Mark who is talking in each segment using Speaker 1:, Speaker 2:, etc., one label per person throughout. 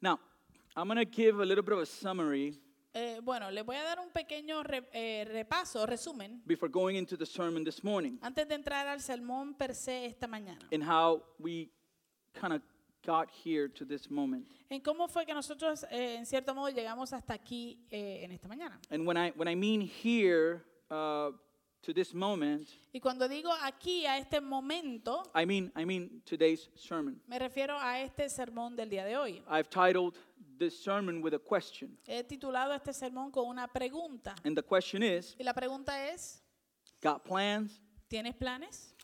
Speaker 1: Now, I'm going to give a little bit of a summary
Speaker 2: Eh, bueno, les voy a dar un pequeño re- eh, repaso, resumen,
Speaker 1: before going into the sermon this morning
Speaker 2: antes de entrar al sermón per se esta mañana,
Speaker 1: and how we kind of got here to this moment.
Speaker 2: en cómo fue que nosotros, eh, en cierto modo, llegamos hasta aquí eh, en esta mañana.
Speaker 1: And when I, when I mean here uh, to this moment,
Speaker 2: Y cuando digo aquí, a este momento,
Speaker 1: I mean, I mean today's sermon.
Speaker 2: me refiero a este sermón del día de hoy.
Speaker 1: I've titled this sermon with a question.
Speaker 2: He titulado este sermón con una pregunta.
Speaker 1: And the question is
Speaker 2: Y la pregunta es,
Speaker 1: got plans?
Speaker 2: ¿tienes planes?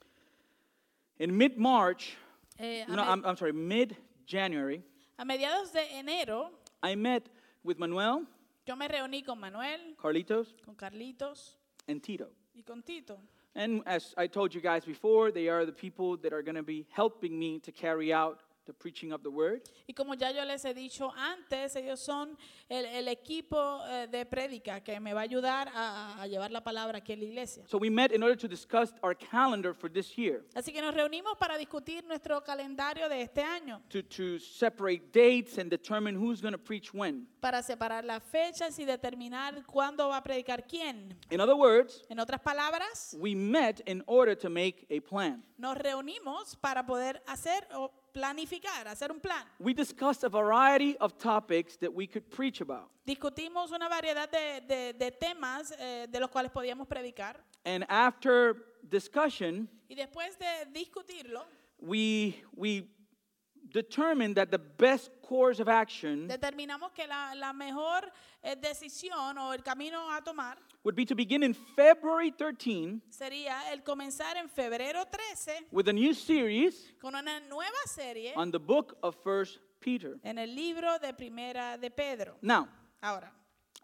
Speaker 1: In mid March,
Speaker 2: Eh, a,
Speaker 1: no,
Speaker 2: me-
Speaker 1: I'm, I'm sorry, mid January,
Speaker 2: a mediados de enero,
Speaker 1: I met with Manuel,
Speaker 2: yo me reuní con Manuel,
Speaker 1: Carlitos,
Speaker 2: con Carlitos
Speaker 1: and Tito.
Speaker 2: y con Tito.
Speaker 1: And as I told you guys before, they are the people that are going to be helping me to carry out the preaching of the word.
Speaker 2: Y como ya yo les he dicho antes, ellos son el, el equipo eh, de prédica que me va a ayudar a, a- a llevar la palabra aquí en la iglesia.
Speaker 1: So we met in order to discuss our calendar for this year,
Speaker 2: Así que nos reunimos para discutir nuestro calendario de este año,
Speaker 1: to, to separate dates and determine who's going to preach when.
Speaker 2: para separar las fechas y determinar cuándo va a predicar quién.
Speaker 1: In other words,
Speaker 2: En otras palabras,
Speaker 1: we met in order to make a plan.
Speaker 2: nos reunimos para poder hacer o planificar, hacer un plan.
Speaker 1: We discussed a variety of topics that we could preach about.
Speaker 2: Discutimos una variedad de, de- de temas eh, de los cuales podíamos predicar
Speaker 1: And after discussion,
Speaker 2: y después de discutirlo,
Speaker 1: we, we determined that the best course of action
Speaker 2: determinamos que la, la mejor eh, decisión o el camino a tomar
Speaker 1: would be to begin in February 13
Speaker 2: sería el comenzar en febrero 13
Speaker 1: with a new series
Speaker 2: con una nueva serie
Speaker 1: on the book of First Peter.
Speaker 2: en el libro de Primera de Pedro.
Speaker 1: Now,
Speaker 2: Ahora,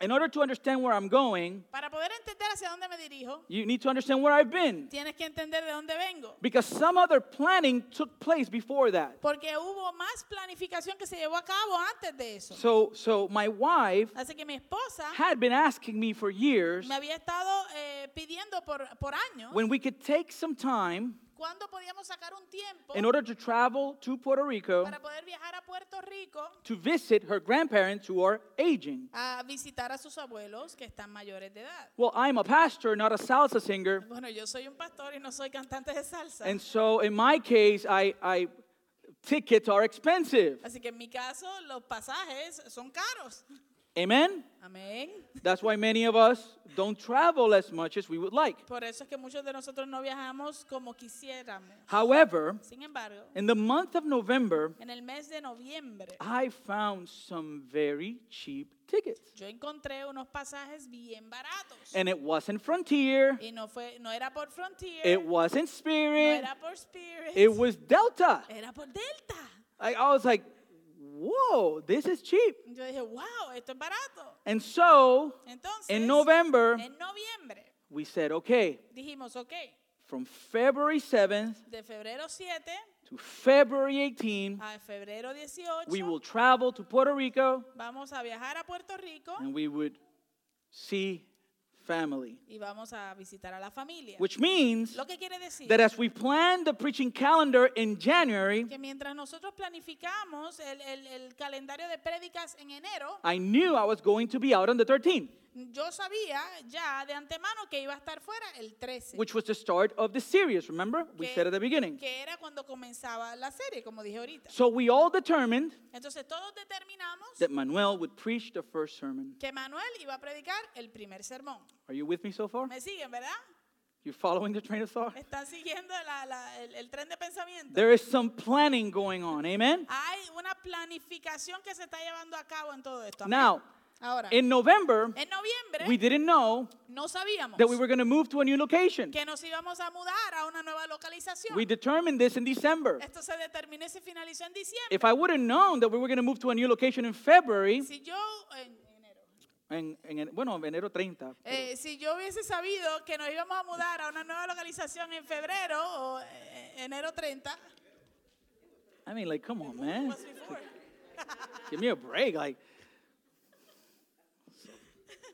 Speaker 1: in order to understand where I'm going,
Speaker 2: para poder entender hacia dónde me dirijo,
Speaker 1: you need to understand where I've been
Speaker 2: tienes que entender de dónde vengo,
Speaker 1: because some other planning took place before that.
Speaker 2: porque hubo más planificación que se llevó a cabo antes de eso.
Speaker 1: So, so my wife
Speaker 2: Así que mi esposa
Speaker 1: had been asking me for years
Speaker 2: me había estado eh, pidiendo por, por años
Speaker 1: when we could take some time
Speaker 2: cuándo podíamos sacar un tiempo
Speaker 1: in order to travel to Puerto Rico
Speaker 2: para poder viajar a Puerto Rico
Speaker 1: to visit her grandparents who are aging.
Speaker 2: a visitar a sus abuelos que están mayores de edad.
Speaker 1: Well, I'm a pastor, not a salsa singer.
Speaker 2: Bueno, yo soy un pastor y no soy cantante de salsa.
Speaker 1: And so in my case, I, I tickets are expensive.
Speaker 2: Así que en mi caso, los pasajes son caros.
Speaker 1: Amen?
Speaker 2: Amén.
Speaker 1: That's why many of us don't travel as much as we would like.
Speaker 2: Por eso es que muchos de nosotros no viajamos como quisiéramos.
Speaker 1: However,
Speaker 2: Sin embargo,
Speaker 1: in the month of November,
Speaker 2: en el mes de noviembre,
Speaker 1: I found some very cheap tickets.
Speaker 2: yo encontré unos pasajes bien baratos.
Speaker 1: And it wasn't Frontier,
Speaker 2: Y no, fue, no era por Frontier,
Speaker 1: it wasn't
Speaker 2: no
Speaker 1: Spirit,
Speaker 2: era por Spirit,
Speaker 1: it was Delta.
Speaker 2: era por Delta.
Speaker 1: I, I was like, whoa, this is cheap.
Speaker 2: Yo dije, wow, esto es barato.
Speaker 1: And so
Speaker 2: Entonces,
Speaker 1: in November,
Speaker 2: en noviembre,
Speaker 1: we said, okay,
Speaker 2: dijimos, ok,
Speaker 1: from February 7th
Speaker 2: de febrero 7
Speaker 1: to February 18,
Speaker 2: a febrero 18
Speaker 1: we will travel to Puerto Rico
Speaker 2: vamos a viajar a Puerto Rico
Speaker 1: and we would see family.
Speaker 2: y vamos a visitar a la familia.
Speaker 1: Which means
Speaker 2: Lo que quiere decir
Speaker 1: that as we planned the preaching calendar in January,
Speaker 2: que mientras nosotros planificamos el, el- el calendario de prédicas en enero,
Speaker 1: I knew I was going to be out on the 13th,
Speaker 2: yo sabía ya de antemano que iba a estar fuera el 13,
Speaker 1: which was the start of the series, remember? We
Speaker 2: Que-
Speaker 1: said at the beginning.
Speaker 2: que era cuando comenzaba la serie, como dije ahorita.
Speaker 1: So we all determined
Speaker 2: Entonces todos determinamos
Speaker 1: that Manuel would preach the first sermon.
Speaker 2: que Manuel iba a predicar el primer sermón.
Speaker 1: Are you with me so far?
Speaker 2: ¿Me siguen, verdad?
Speaker 1: You following the train of thought?
Speaker 2: ¿Están siguiendo la- la- el- el tren de pensamiento?
Speaker 1: There is some planning going on, amen?
Speaker 2: Hay una planificación que se está llevando a cabo en todo esto. Amén.
Speaker 1: Now,
Speaker 2: Ahora,
Speaker 1: in November,
Speaker 2: en
Speaker 1: we
Speaker 2: noviembre
Speaker 1: didn't know
Speaker 2: no sabíamos
Speaker 1: that we were going to move to a new location.
Speaker 2: que nos íbamos a mudar a una nueva localización.
Speaker 1: We determined this in December.
Speaker 2: Esto se determinó y se finalizó en diciembre.
Speaker 1: If I would have known that we were going to move to a new location in February,
Speaker 2: Si yo, en enero.
Speaker 1: en, en- bueno, enero 30,
Speaker 2: Eh, si yo hubiese sabido que nos íbamos a mudar a una nueva localización en febrero o eh, enero 30,
Speaker 1: I mean, like, come on, man.
Speaker 2: was before.
Speaker 1: Give me a break. Like,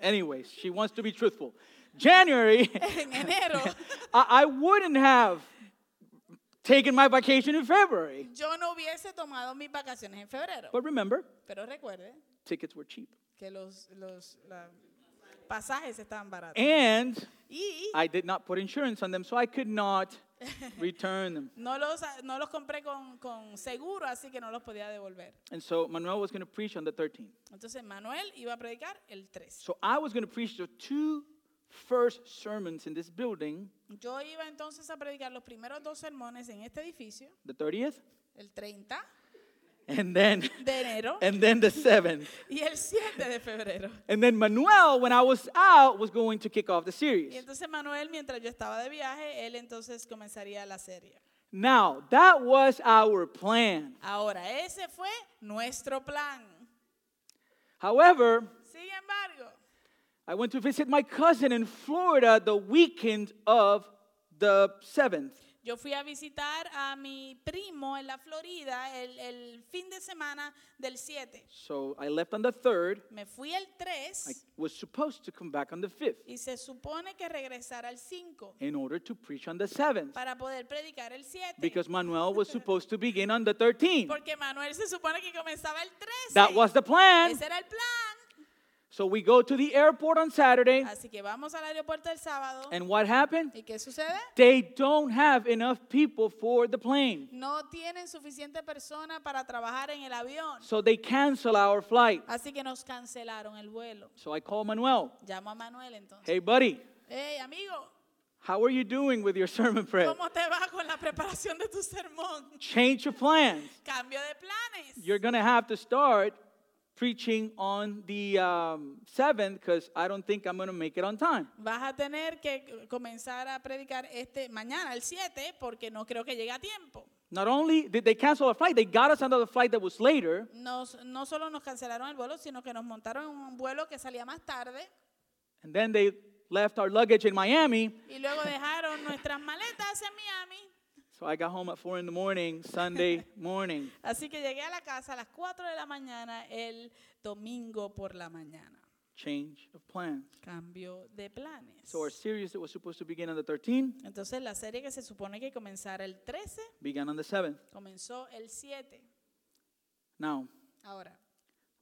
Speaker 1: anyways, she wants to be truthful. January,
Speaker 2: en enero,
Speaker 1: I, I wouldn't have taken my vacation in February.
Speaker 2: Yo no hubiese tomado mis vacaciones en febrero.
Speaker 1: But remember,
Speaker 2: Pero recuerde
Speaker 1: tickets were cheap.
Speaker 2: que los, los la- pasajes estaban
Speaker 1: Eh.
Speaker 2: baratos.
Speaker 1: And
Speaker 2: Y
Speaker 1: I did not put insurance on them, so I could not return them.
Speaker 2: no los, no los compré con, con seguro, así que no los podía devolver.
Speaker 1: And so Manuel was going to preach on the 13th.
Speaker 2: Entonces Manuel iba a predicar el 3.
Speaker 1: So I was going to preach the two first sermons in this building,
Speaker 2: Yo iba entonces a predicar los primeros dos sermones en este edificio,
Speaker 1: the 30th,
Speaker 2: el 30
Speaker 1: and then
Speaker 2: de enero
Speaker 1: and then the 7th.
Speaker 2: y el 7 de febrero.
Speaker 1: And then Manuel, when I was out, was going to kick off the
Speaker 2: Y
Speaker 1: series.
Speaker 2: entonces Manuel, mientras yo estaba de viaje, él entonces comenzaría la serie.
Speaker 1: Now, that was our plan.
Speaker 2: Ahora, ese fue nuestro plan.
Speaker 1: However,
Speaker 2: Sin embargo,
Speaker 1: I went to visit my cousin in Florida the weekend of the 7th.
Speaker 2: yo fui a visitar a mi primo en la Florida el, el fin de semana del 7.
Speaker 1: So I left on the 3rd.
Speaker 2: Me fui el
Speaker 1: I
Speaker 2: 3
Speaker 1: was supposed to come back on the 5th
Speaker 2: y se supone que regresara el 5
Speaker 1: in order to preach on the 7th
Speaker 2: para poder predicar el 7.
Speaker 1: because Manuel was supposed to begin on the 13th.
Speaker 2: Porque Manuel se supone que comenzaba el 13.
Speaker 1: That was the plan.
Speaker 2: Ese era el plan.
Speaker 1: So we go to the airport on Saturday,
Speaker 2: Así que vamos al aeropuerto el sábado.
Speaker 1: and what happened?
Speaker 2: ¿Y qué sucede?
Speaker 1: They don't have enough people for the plane.
Speaker 2: No tienen suficiente persona para trabajar en el avión.
Speaker 1: So they cancel our flight.
Speaker 2: Así que nos cancelaron el vuelo.
Speaker 1: So I call Manuel.
Speaker 2: Llamo a Manuel entonces.
Speaker 1: Hey, buddy,
Speaker 2: Hey, amigo,
Speaker 1: how are you doing with your sermon prep?
Speaker 2: ¿cómo te va con la preparación de tu sermón?
Speaker 1: Change your plans.
Speaker 2: Cambio de planes.
Speaker 1: You're going to have to start preaching on the um, 7th because I don't think I'm going to make it on time.
Speaker 2: Vas a tener que comenzar a predicar este mañana, el 7, porque no creo que llegue a tiempo.
Speaker 1: Not only did they cancel our flight, they got us another flight that was later.
Speaker 2: Nos- no solo nos cancelaron el vuelo, sino que nos montaron en un vuelo que salía más tarde
Speaker 1: And then they left our luggage in Miami.
Speaker 2: y luego dejaron nuestras maletas en Miami.
Speaker 1: So I got home at 4 in the morning, Sunday morning.
Speaker 2: Así que llegué a la casa a las 4 de la mañana el domingo por la mañana.
Speaker 1: Change of plans.
Speaker 2: Cambio de planes.
Speaker 1: So our series that was supposed to begin on the 13th
Speaker 2: Entonces la serie que se supone que comenzara el 13
Speaker 1: began on the 7th.
Speaker 2: comenzó el 7.
Speaker 1: Now,
Speaker 2: Ahora,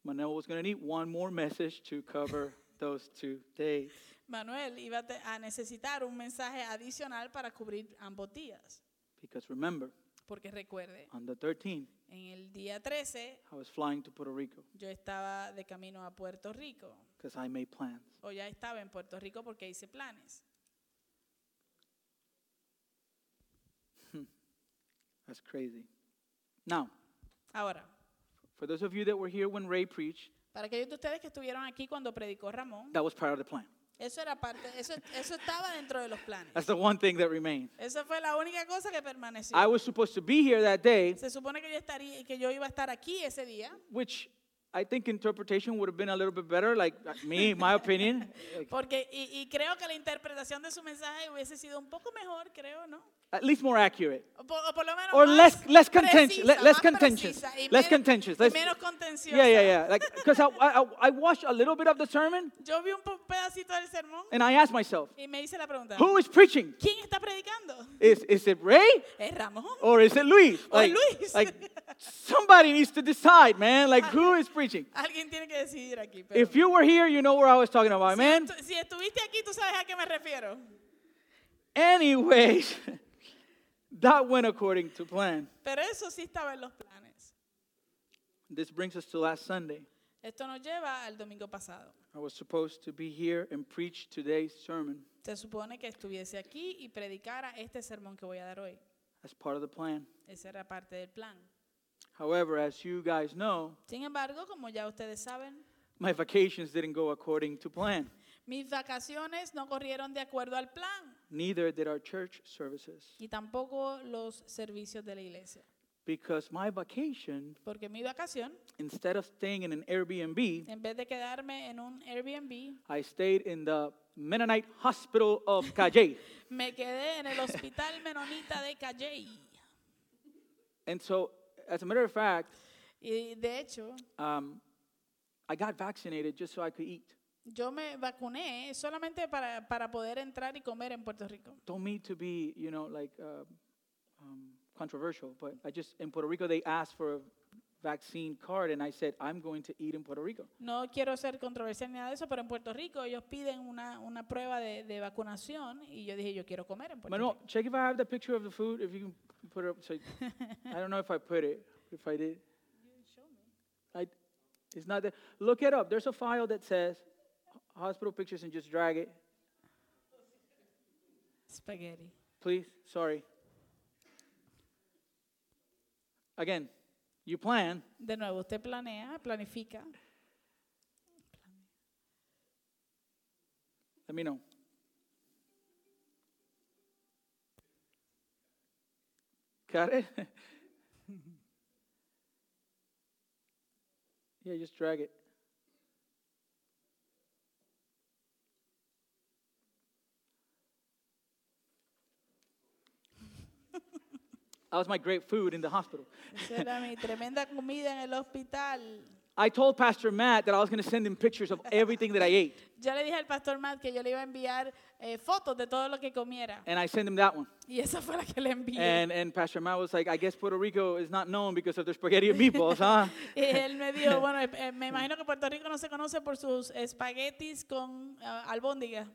Speaker 1: Manuel was going to need one more message to cover those two days.
Speaker 2: Manuel iba a te- a necesitar un mensaje adicional para cubrir ambos días.
Speaker 1: Because remember,
Speaker 2: Porque recuerde,
Speaker 1: on the 13th,
Speaker 2: en el día 13
Speaker 1: I was flying to Puerto Rico
Speaker 2: yo estaba de camino a Puerto Rico.
Speaker 1: because I made plans.
Speaker 2: O ya estaba en Puerto Rico porque hice planes.
Speaker 1: That's crazy. Now,
Speaker 2: Ahora,
Speaker 1: for those of you that were here when Ray preached,
Speaker 2: para aquellos de ustedes que estuvieron aquí cuando predicó Ramón,
Speaker 1: that was part of the plan.
Speaker 2: Eso era parte, eso, eso estaba dentro de los planes.
Speaker 1: That's the one thing that remained.
Speaker 2: Esa fue la única cosa que permaneció.
Speaker 1: I was supposed to be here that day,
Speaker 2: Se supone que yo estaría, que yo iba a estar aquí ese día,
Speaker 1: which I think interpretation would have been a little bit better, like uh, me, my opinion. Like,
Speaker 2: porque y, y creo que la interpretación de su mensaje hubiese sido un poco mejor, creo, ¿no?
Speaker 1: at least more accurate.
Speaker 2: O por, o por lo menos
Speaker 1: Or
Speaker 2: más
Speaker 1: less- less
Speaker 2: precisa,
Speaker 1: contentious, le- less
Speaker 2: más
Speaker 1: contentious,
Speaker 2: precisa y
Speaker 1: less
Speaker 2: menos-
Speaker 1: contentious,
Speaker 2: y
Speaker 1: less-
Speaker 2: menos contenciosa.
Speaker 1: Yeah, yeah, yeah. Like, because I, I, I- I watched a little bit of the sermon
Speaker 2: Yo vi un po- pedacito del sermón
Speaker 1: and I asked myself,
Speaker 2: y me hice la pregunta,
Speaker 1: Eh, who is preaching?
Speaker 2: ¿quién está predicando?
Speaker 1: Is, is it Ray
Speaker 2: ¿Es Ramón?
Speaker 1: or is it Luis?
Speaker 2: Or
Speaker 1: Like,
Speaker 2: Luis.
Speaker 1: like somebody needs to decide, man. Like who is preaching?
Speaker 2: Alguien tiene que decidir aquí. Pero
Speaker 1: If you were here, you know where I was talking about, man.
Speaker 2: si, estu- si estuviste aquí, tú sabes a qué me refiero.
Speaker 1: Anyways, that went according to plan.
Speaker 2: Pero eso sí estaba en los planes.
Speaker 1: This brings us to last Sunday.
Speaker 2: Esto nos lleva al domingo pasado.
Speaker 1: I was supposed to be here and preach today's sermon
Speaker 2: Se supone que estuviese aquí y predicara este sermón que voy a dar hoy.
Speaker 1: as part of the plan.
Speaker 2: Esa era parte del plan.
Speaker 1: However, as you guys know,
Speaker 2: Sin embargo, como ya ustedes saben,
Speaker 1: my vacations didn't go according to plan.
Speaker 2: mis vacaciones no corrieron de acuerdo al plan
Speaker 1: Neither did our church services
Speaker 2: y tampoco los servicios de la iglesia.
Speaker 1: because my vacation,
Speaker 2: Porque mi vacación,
Speaker 1: instead of staying in an Airbnb,
Speaker 2: en vez de quedarme en un Airbnb,
Speaker 1: I stayed in the Mennonite Hospital of Cajay.
Speaker 2: me quedé en el Hospital Menonita de Calley.
Speaker 1: and so, as a matter of fact,
Speaker 2: Y de hecho,
Speaker 1: um, I got vaccinated just so I could eat.
Speaker 2: yo me vacuné solamente para, para poder entrar y comer en Puerto Rico.
Speaker 1: Don't mean to be, you know, like uh, um, controversial, but I just, in Puerto Rico, they asked for a vaccine card, and I said, I'm going to eat in Puerto Rico.
Speaker 2: No quiero ser controversial ni nada de eso, pero en Puerto Rico ellos piden una, una prueba de, de vacunación y yo dije, yo quiero comer en Puerto
Speaker 1: Manuel,
Speaker 2: Rico.
Speaker 1: check if I have the picture of the food, if you can put it up. So I don't know if I put it, if I did. I, it's not there. Look it up. There's a file that says hospital pictures and just drag it.
Speaker 2: Spaghetti.
Speaker 1: Please, sorry. Again, you plan,
Speaker 2: De nuevo, usted planea, planifica.
Speaker 1: let me know. Got it? yeah, just drag it. That was my great food in the hospital.
Speaker 2: Esa era mi tremenda comida en el hospital.
Speaker 1: I told Pastor Matt that I was going to send him pictures of everything that I ate,
Speaker 2: Yo le dije al pastor Matt que yo le iba a enviar eh, fotos de todo lo que comiera.
Speaker 1: and I sent him that one.
Speaker 2: Y esa fue la que le envié.
Speaker 1: And and Pastor Matt was like, I guess Puerto Rico is not known because of their spaghetti and meatballs, huh?
Speaker 2: Y él me dijo, bueno, eh, me imagino que Puerto Rico no se conoce por sus espaguetis con ah, albóndigas.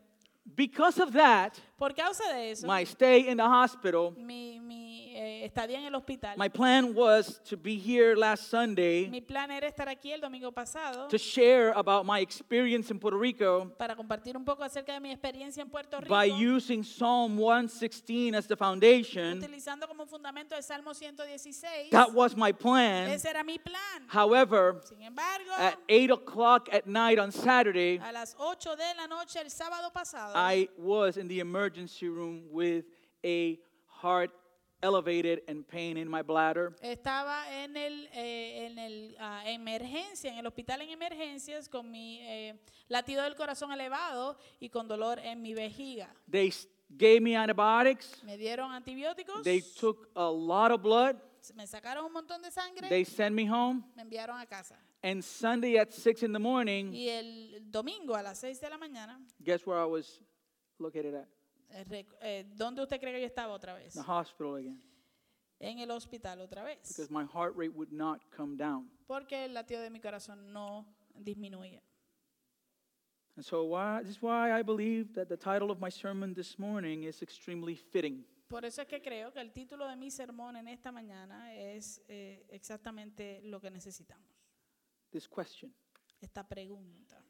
Speaker 1: Because of that,
Speaker 2: Por causa de eso,
Speaker 1: my stay in the hospital,
Speaker 2: mi, mi eh, estadía en el hospital,
Speaker 1: my plan was to be here last Sunday
Speaker 2: mi plan era estar aquí el domingo pasado
Speaker 1: to share about my experience in Puerto Rico
Speaker 2: para compartir un poco acerca de mi experiencia en Puerto Rico,
Speaker 1: by using Psalm 116 as the foundation.
Speaker 2: utilizando como fundamento el Salmo 116.
Speaker 1: That was my plan.
Speaker 2: Ese era mi plan.
Speaker 1: However,
Speaker 2: Sin embargo,
Speaker 1: at 8 o'clock at night on Saturday,
Speaker 2: a las 8 de la noche el sábado pasado,
Speaker 1: I was in the emergency room with a heart elevated and pain in my bladder.
Speaker 2: Estaba en el, eh, en el ah, emergencia, en el hospital en emergencias, con mi eh, latido del corazón elevado y con dolor en mi vejiga.
Speaker 1: They s- gave me antibiotics.
Speaker 2: Me dieron antibióticos,
Speaker 1: They took a lot of blood.
Speaker 2: me sacaron un montón de sangre,
Speaker 1: They sent me home.
Speaker 2: me enviaron a casa.
Speaker 1: And Sunday at 6 in the morning,
Speaker 2: Y el domingo a las 6 de la mañana,
Speaker 1: guess where I was located at?
Speaker 2: eh, rec- eh, ¿dónde usted cree que yo estaba otra vez?
Speaker 1: The hospital again.
Speaker 2: En el hospital otra vez,
Speaker 1: Because my heart rate would not come down.
Speaker 2: porque el latido de mi corazón no disminuía.
Speaker 1: And so why, this is why I believe that the title of my sermon this morning is extremely fitting.
Speaker 2: Por eso es que creo que el título de mi sermón en esta mañana es eh, exactamente lo que necesitamos.
Speaker 1: This question.
Speaker 2: Esta pregunta.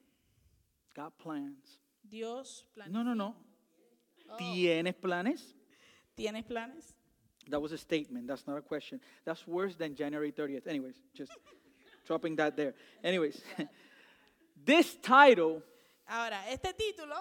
Speaker 1: God plans.
Speaker 2: Dios planea.
Speaker 1: No, no, no.
Speaker 2: Oh.
Speaker 1: ¿Tienes planes?
Speaker 2: ¿Tienes planes?
Speaker 1: That was a statement. That's not a question. That's worse than January 30th. Anyways, just dropping that there. Anyways, this title
Speaker 2: Ahora, este título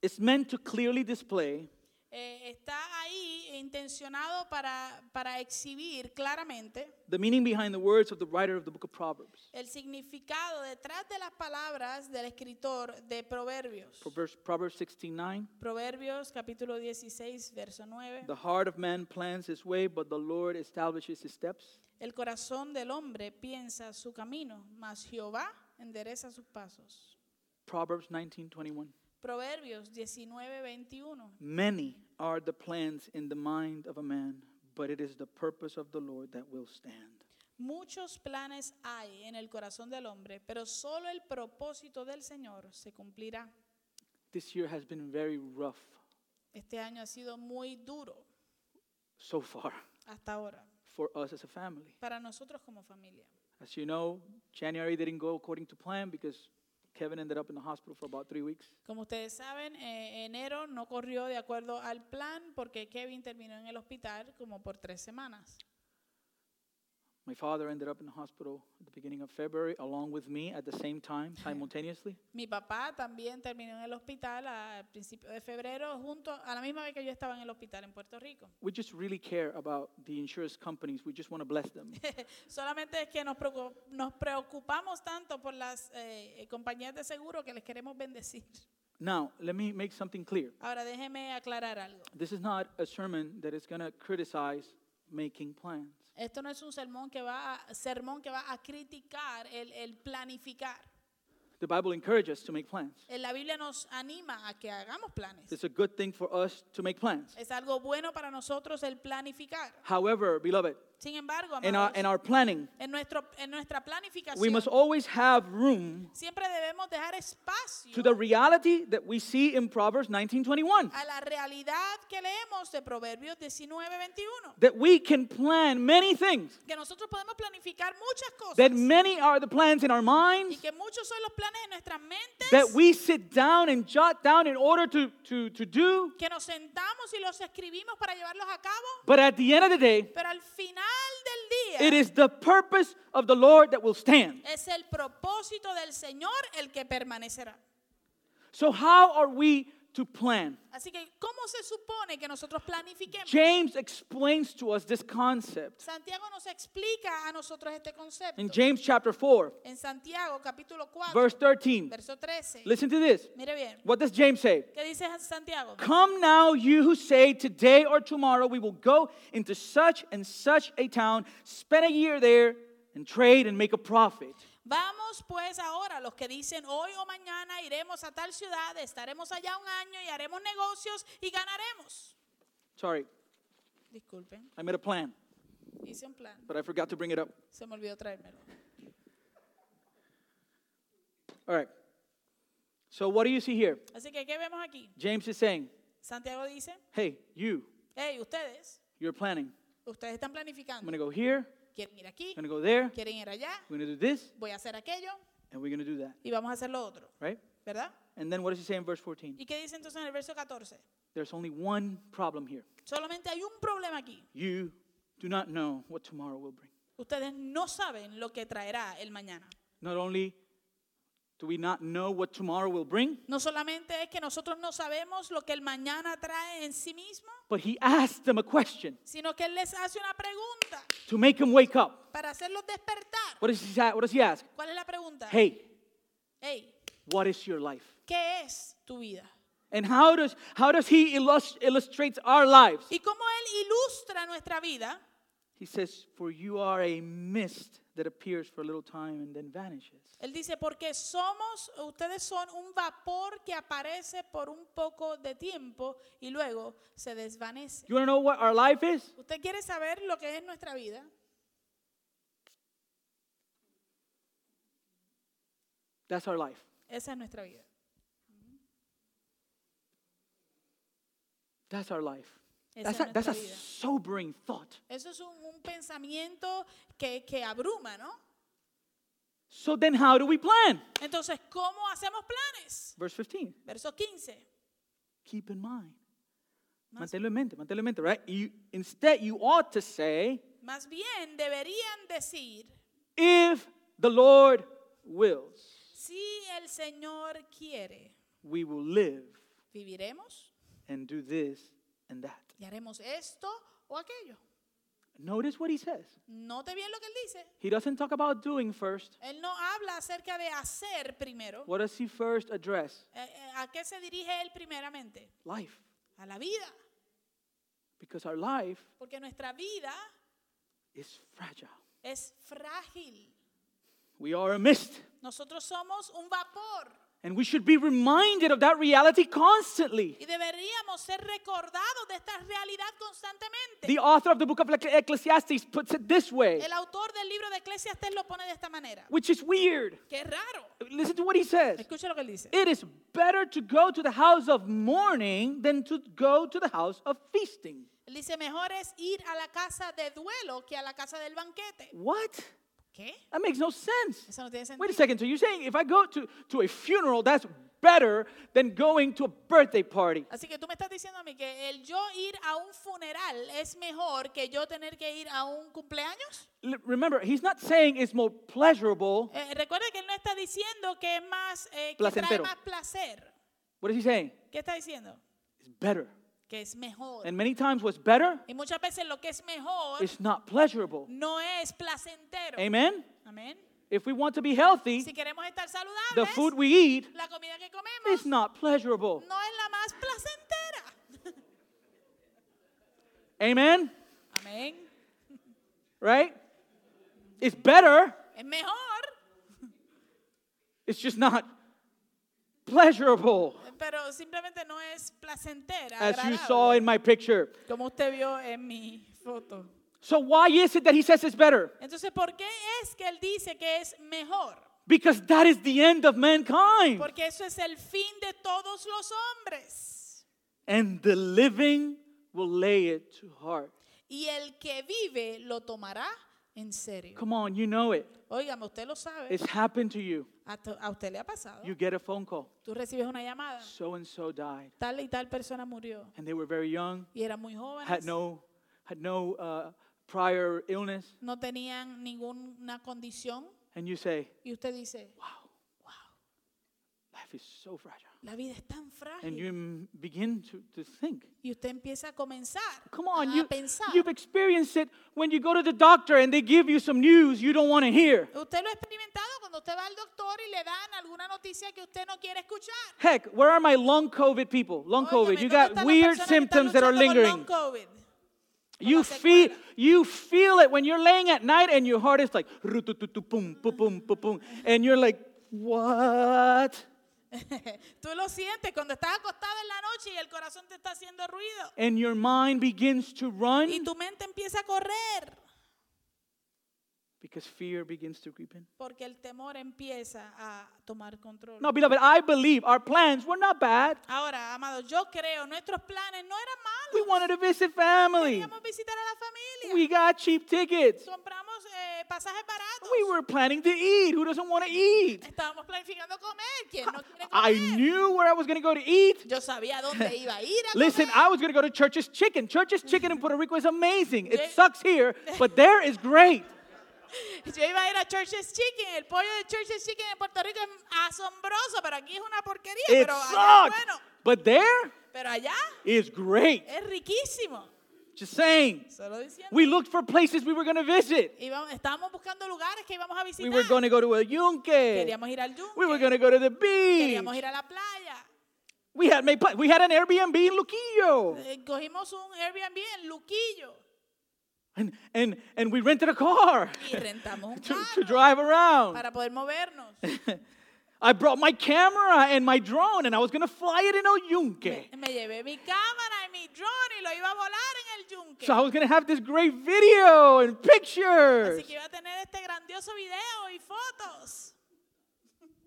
Speaker 1: is meant to clearly display
Speaker 2: eh, está ahí intencionado para, para exhibir claramente
Speaker 1: the meaning behind the words of the writer of the book of Proverbs.
Speaker 2: el significado detrás de las palabras del escritor de Proverbios.
Speaker 1: Proverbs, Proverbs 16:9.
Speaker 2: Proverbios capítulo 16, verso 9.
Speaker 1: The heart of man plans his way, but the Lord establishes his steps.
Speaker 2: El corazón del hombre piensa su camino, mas Jehová endereza sus pasos.
Speaker 1: Proverbs 19:21.
Speaker 2: Proverbios 19, 21.
Speaker 1: Many are the plans in the mind of a man, but it is the purpose of the Lord that will stand.
Speaker 2: Muchos planes hay en el corazón del hombre, pero solo el propósito del Señor se cumplirá.
Speaker 1: This year has been very rough
Speaker 2: Este año ha sido muy duro
Speaker 1: so far.
Speaker 2: hasta ahora
Speaker 1: for us as a family.
Speaker 2: para nosotros como familia.
Speaker 1: As you know, January didn't go according to plan because Kevin ended up in the hospital for about three weeks.
Speaker 2: Como ustedes saben, eh, enero no corrió de acuerdo al plan porque Kevin terminó en el hospital como por tres semanas.
Speaker 1: My father ended up in the hospital at the beginning of February, along with me at the same time, simultaneously.
Speaker 2: Mi papá también terminó en el hospital a principios de febrero, junto a la misma vez que yo estaba en el hospital en Puerto Rico.
Speaker 1: We just really care about the insurance companies. We just want to bless them.
Speaker 2: Solamente es que nos, preocu- nos preocupamos tanto por las eh, eh, compañías de seguro que les queremos bendecir.
Speaker 1: now, let me make something clear.
Speaker 2: Ahora déjeme aclarar algo.
Speaker 1: This is not a sermon that is going to criticize making plans.
Speaker 2: Esto no es un sermón que va a, sermón que va a criticar el, el planificar.
Speaker 1: The Bible encourages us to make plans.
Speaker 2: Eh, La Biblia nos anima a que hagamos planes.
Speaker 1: It's a good thing for us to make plans.
Speaker 2: Es algo bueno para nosotros el planificar.
Speaker 1: However, beloved,
Speaker 2: Sin embargo,
Speaker 1: in our,
Speaker 2: amados,
Speaker 1: in our planning,
Speaker 2: en, nuestro, en nuestra
Speaker 1: we
Speaker 2: planificación
Speaker 1: must always have room
Speaker 2: siempre debemos dejar espacio
Speaker 1: to the reality that we see in Proverbs 19:21
Speaker 2: a la realidad que leemos de Proverbios 19, 21.
Speaker 1: that we can plan many things.
Speaker 2: Que nosotros podemos planificar muchas
Speaker 1: That
Speaker 2: cosas
Speaker 1: many are the plans in our
Speaker 2: y
Speaker 1: minds
Speaker 2: que muchos son los planes en nuestras mentes
Speaker 1: that we sit down and jot down in order to, to, to do.
Speaker 2: que nos sentamos y los escribimos para llevarlos a cabo,
Speaker 1: But at the end of the day,
Speaker 2: pero al final del día
Speaker 1: it is the purpose of the Lord that will stand.
Speaker 2: es el propósito del Señor el que permanecerá.
Speaker 1: So, how are we to plan?
Speaker 2: Así que, ¿cómo se supone que nosotros planifiquemos?
Speaker 1: James explains to us this concept
Speaker 2: Santiago nos explica a nosotros este concepto.
Speaker 1: in James chapter 4,
Speaker 2: En Santiago capítulo 4,
Speaker 1: verse 13.
Speaker 2: verso 13.
Speaker 1: Listen to this.
Speaker 2: Mire bien,
Speaker 1: What does James say?
Speaker 2: ¿qué dice Santiago?
Speaker 1: Come now, you who say, Today or tomorrow we will go into such and such a town, spend a year there, and trade and make a profit.
Speaker 2: Vamos pues ahora, los que dicen hoy o mañana iremos a tal ciudad, estaremos allá un año y haremos negocios y ganaremos.
Speaker 1: Sorry,
Speaker 2: Disculpen,
Speaker 1: I made a plan,
Speaker 2: hice un plan,
Speaker 1: but I forgot to bring it up.
Speaker 2: se me olvidó traérmelo.
Speaker 1: All right. So, what do you see here?
Speaker 2: Así que, ¿qué vemos aquí?
Speaker 1: James is saying,
Speaker 2: Santiago dice,
Speaker 1: Hey, you,
Speaker 2: hey, ustedes,
Speaker 1: you're planning.
Speaker 2: ustedes están
Speaker 1: I'm
Speaker 2: planificando,
Speaker 1: going to go here,
Speaker 2: quieren ir aquí,
Speaker 1: I'm going to go there,
Speaker 2: quieren ir allá,
Speaker 1: we're going to do this,
Speaker 2: voy a hacer aquello
Speaker 1: and we're going to do that,
Speaker 2: y vamos a hacer lo otro,
Speaker 1: right?
Speaker 2: ¿verdad?
Speaker 1: And then what does he say in verse 14?
Speaker 2: ¿Y qué dice entonces en el verso 14?
Speaker 1: There's only one problem here.
Speaker 2: Solamente hay un problema aquí.
Speaker 1: You do not know what tomorrow will bring.
Speaker 2: Ustedes no saben lo que traerá el mañana.
Speaker 1: Not only do we not know what tomorrow will bring,
Speaker 2: No solamente es que nosotros no sabemos lo que el mañana trae en sí mismo,
Speaker 1: but he asked them a question
Speaker 2: sino que Él les hace una pregunta
Speaker 1: to make them wake up.
Speaker 2: para hacerlos despertar.
Speaker 1: What does he, sa- what does he ask?
Speaker 2: ¿Cuál es la pregunta?
Speaker 1: Hey,
Speaker 2: Hey,
Speaker 1: what is your life?
Speaker 2: ¿qué es tu vida?
Speaker 1: And how does, how does he illus- illustrates our lives?
Speaker 2: Y cómo Él ilustra nuestra vida,
Speaker 1: He says, For you are a mist that appears for a little time and then vanishes.
Speaker 2: Él dice, porque somos, ustedes son un vapor que aparece por un poco de tiempo y luego se desvanece.
Speaker 1: You want to know what our life is?
Speaker 2: ¿Usted quiere saber lo que es nuestra vida?
Speaker 1: That's our life.
Speaker 2: Esa es nuestra vida.
Speaker 1: That's our life.
Speaker 2: Esa
Speaker 1: That's
Speaker 2: es
Speaker 1: a, that's a
Speaker 2: nuestra vida.
Speaker 1: sobering thought.
Speaker 2: Eso es un, un pensamiento que, que abruma, ¿no?
Speaker 1: So then, how do we plan?
Speaker 2: Entonces, ¿cómo hacemos planes?
Speaker 1: Verse 15.
Speaker 2: Verso 15.
Speaker 1: Keep in mind.
Speaker 2: Más,
Speaker 1: Manténlo en mente, manténlo en mente, right? You, instead, you ought to say,
Speaker 2: más bien deberían decir,
Speaker 1: if the Lord wills,
Speaker 2: si el Señor quiere,
Speaker 1: we will live
Speaker 2: viviremos
Speaker 1: and do this and that.
Speaker 2: y haremos esto o aquello.
Speaker 1: Notice what he says.
Speaker 2: Note bien lo que él dice.
Speaker 1: He doesn't talk about doing first.
Speaker 2: Él no habla acerca de hacer primero.
Speaker 1: What does he first address?
Speaker 2: Eh, eh, ¿A qué se dirige él primeramente?
Speaker 1: Life.
Speaker 2: A la vida.
Speaker 1: Because our life
Speaker 2: Porque nuestra vida
Speaker 1: is fragile.
Speaker 2: es frágil.
Speaker 1: We are a mist.
Speaker 2: Nosotros somos un vapor
Speaker 1: And we should be reminded of that reality constantly.
Speaker 2: y deberíamos ser recordados de esta realidad constantemente.
Speaker 1: The author of the book of Eccle- Ecclesiastes puts it this way,
Speaker 2: El autor del libro de Eclesiastes lo pone de esta manera.
Speaker 1: which is weird.
Speaker 2: Qué raro.
Speaker 1: Listen to what he says.
Speaker 2: Escucha lo que él dice.
Speaker 1: It is better to go to the house of mourning than to go to the house of feasting.
Speaker 2: Él dice, mejor es ir a la casa de duelo que a la casa del banquete.
Speaker 1: What?
Speaker 2: ¿Qué?
Speaker 1: That makes no sense.
Speaker 2: Eso no tiene sentido.
Speaker 1: Wait a second. So you're saying if I go to, to a funeral, that's better than going to a birthday party.
Speaker 2: Así que tú me estás diciendo a mí que el yo ir a un funeral es mejor que yo tener que ir a un cumpleaños.
Speaker 1: L- remember, he's not saying it's more pleasurable.
Speaker 2: Eh, recuerda que él no está diciendo que es más, eh, que trae
Speaker 1: Placentero.
Speaker 2: más placer.
Speaker 1: What is he saying?
Speaker 2: ¿Qué está diciendo?
Speaker 1: It's better.
Speaker 2: Que es mejor.
Speaker 1: And many times what's better
Speaker 2: Y muchas veces lo que es mejor
Speaker 1: is not pleasurable.
Speaker 2: no es placentero.
Speaker 1: Amen?
Speaker 2: Amén.
Speaker 1: If we want to be healthy,
Speaker 2: Si queremos estar
Speaker 1: the
Speaker 2: saludables,
Speaker 1: food we eat
Speaker 2: la comida que
Speaker 1: is
Speaker 2: comemos
Speaker 1: not pleasurable.
Speaker 2: no es la más placentera.
Speaker 1: Amen?
Speaker 2: Amén.
Speaker 1: Right? It's better
Speaker 2: Es mejor.
Speaker 1: It's just not pleasurable,
Speaker 2: Pero simplemente no es placentera.
Speaker 1: as you
Speaker 2: agradable,
Speaker 1: saw in my picture.
Speaker 2: como usted vio en mi foto.
Speaker 1: So, why is it that he says it's better?
Speaker 2: Entonces, ¿por qué es que él dice que es mejor?
Speaker 1: Because that is the end of mankind.
Speaker 2: Porque eso es el fin de todos los hombres.
Speaker 1: And the living will lay it to heart.
Speaker 2: Y el que vive lo tomará en serio.
Speaker 1: Come on, you know it.
Speaker 2: Óigame, usted lo sabe.
Speaker 1: It's happened to you.
Speaker 2: A, to- a usted le ha pasado.
Speaker 1: You get a phone call.
Speaker 2: Tú recibes una llamada.
Speaker 1: So and so died.
Speaker 2: Tal y tal persona murió.
Speaker 1: And they were very young,
Speaker 2: Y eran muy jóvenes.
Speaker 1: had no, had no uh, prior illness.
Speaker 2: No tenían ninguna condición.
Speaker 1: And you say,
Speaker 2: Y usted dice,
Speaker 1: wow,
Speaker 2: wow,
Speaker 1: life is so fragile.
Speaker 2: la vida es tan
Speaker 1: And you
Speaker 2: frágil.
Speaker 1: m- begin to, to think.
Speaker 2: Y usted empieza a comenzar
Speaker 1: Come on,
Speaker 2: a
Speaker 1: you,
Speaker 2: pensar.
Speaker 1: you've experienced it when you go to the doctor and they give you some news you don't want to hear.
Speaker 2: Usted lo ha experimentado cuando usted va al doctor y le dan alguna noticia que usted no quiere escuchar.
Speaker 1: Heck, where are my long COVID people? Long COVID.
Speaker 2: Óigame,
Speaker 1: You
Speaker 2: ¿dónde
Speaker 1: got
Speaker 2: están las
Speaker 1: weird
Speaker 2: personas que están
Speaker 1: symptoms that are
Speaker 2: luchando con
Speaker 1: lingering.
Speaker 2: long COVID?
Speaker 1: You
Speaker 2: las
Speaker 1: feel
Speaker 2: secuelas.
Speaker 1: you feel it when you're laying at night and your heart is like rutututu, pum pum pum pum pum and you're like what?
Speaker 2: Tú lo sientes cuando estás acostado en la noche y el corazón te está haciendo ruido
Speaker 1: And your mind begins to
Speaker 2: y
Speaker 1: run
Speaker 2: tu mente empieza a correr
Speaker 1: because fear begins to creep in.
Speaker 2: porque el temor empieza a tomar control.
Speaker 1: No, beloved, I believe our plans were not bad.
Speaker 2: Ahora, amado, yo creo nuestros planes no eran
Speaker 1: We
Speaker 2: malos.
Speaker 1: wanted to visit family.
Speaker 2: Queríamos visitar a la familia.
Speaker 1: We got cheap tickets.
Speaker 2: Compramos eh, pasajes baratos.
Speaker 1: We were planning to eat. Who doesn't want to eat?
Speaker 2: Estábamos planificando comer. ¿Quién no quiere
Speaker 1: I
Speaker 2: comer?
Speaker 1: knew where I was going to go to eat.
Speaker 2: Yo sabía dónde iba a ir a
Speaker 1: Listen,
Speaker 2: comer.
Speaker 1: I was going to go to Church's Chicken. Church's Chicken in Puerto Rico is amazing.
Speaker 2: Yeah.
Speaker 1: It sucks here, but there is great.
Speaker 2: Yo iba a ir a Church's Chicken. El pollo de Church's Chicken en Puerto Rico es asombroso, pero aquí es una porquería.
Speaker 1: It
Speaker 2: pero allá es
Speaker 1: sucks,
Speaker 2: bueno.
Speaker 1: but there
Speaker 2: Pero allá
Speaker 1: is great.
Speaker 2: es riquísimo.
Speaker 1: Just saying.
Speaker 2: Solo diciendo.
Speaker 1: We looked for places we were going to visit.
Speaker 2: Íbamos- estábamos buscando lugares que íbamos a visitar.
Speaker 1: We were going to go to El Yunque.
Speaker 2: Queríamos ir al yunque.
Speaker 1: We were going to go to the
Speaker 2: Queríamos
Speaker 1: beach.
Speaker 2: ir a la playa.
Speaker 1: We had made plans. We had an Airbnb in Luquillo,
Speaker 2: Eh, Cogimos un Airbnb en Luquillo
Speaker 1: and and and we rented a car
Speaker 2: y rentamos un
Speaker 1: to,
Speaker 2: carro
Speaker 1: to drive around.
Speaker 2: para poder movernos.
Speaker 1: I brought my camera and my drone, and I was going to fly it in El Yunque.
Speaker 2: Me llevé mi cámara y mi drone y lo iba a volar en el yunque.
Speaker 1: So I was going to have this great video and pictures.
Speaker 2: Así que iba a tener este grandioso video y fotos.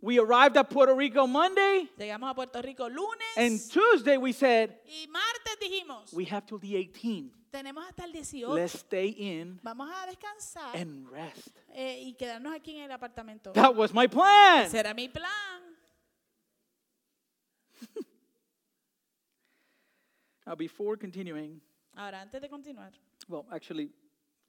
Speaker 1: We arrived at Puerto Rico Monday,
Speaker 2: Llegamos a Puerto Rico lunes
Speaker 1: and Tuesday we said,
Speaker 2: y martes dijimos,
Speaker 1: we have till the 18th.
Speaker 2: tenemos hasta el 18,
Speaker 1: Let's stay in
Speaker 2: vamos a descansar
Speaker 1: and rest.
Speaker 2: eh, y quedarnos aquí en el apartamento.
Speaker 1: That was my plan.
Speaker 2: Ese era mi plan.
Speaker 1: Now, before continuing,
Speaker 2: Ahora, antes de continuar,
Speaker 1: well, actually,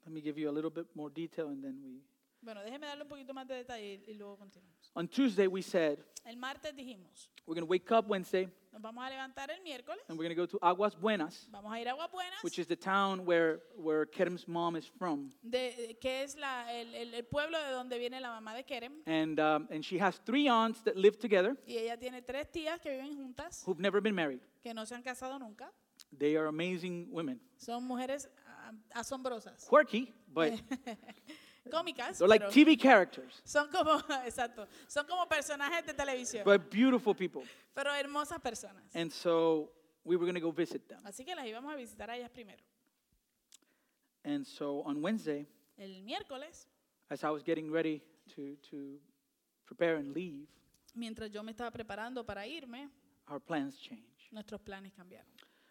Speaker 1: let me give you a little bit more detail and then we.
Speaker 2: bueno, déjeme darle un poquito más de detalle y luego continuamos.
Speaker 1: On Tuesday, we said,
Speaker 2: El martes dijimos,
Speaker 1: we're going to wake up Wednesday
Speaker 2: nos vamos a levantar el miércoles,
Speaker 1: and we're going to go to Aguas Buenas,
Speaker 2: vamos a ir a Aguas Buenas,
Speaker 1: which is the town where, where Kerem's mom is from.
Speaker 2: de- que es la- el, el- el pueblo de donde viene la mamá de Kerem.
Speaker 1: And, um, and she has three aunts that live together
Speaker 2: Y ella tiene tres tías que viven juntas,
Speaker 1: who've never been married.
Speaker 2: que no se han casado nunca.
Speaker 1: They are amazing women.
Speaker 2: Son mujeres ah, asombrosas,
Speaker 1: Quirky, but
Speaker 2: cómicas.
Speaker 1: they're like
Speaker 2: pero-
Speaker 1: TV characters,
Speaker 2: Son como, exacto, son como personajes de televisión,
Speaker 1: but beautiful people.
Speaker 2: pero hermosas personas.
Speaker 1: And so we were going to go visit them.
Speaker 2: Así que las íbamos a visitar a ellas primero.
Speaker 1: And so on Wednesday,
Speaker 2: El miércoles,
Speaker 1: as I was getting ready to, to prepare and leave,
Speaker 2: mientras yo me estaba preparando para irme,
Speaker 1: our plans change.
Speaker 2: nuestros planes cambiaron.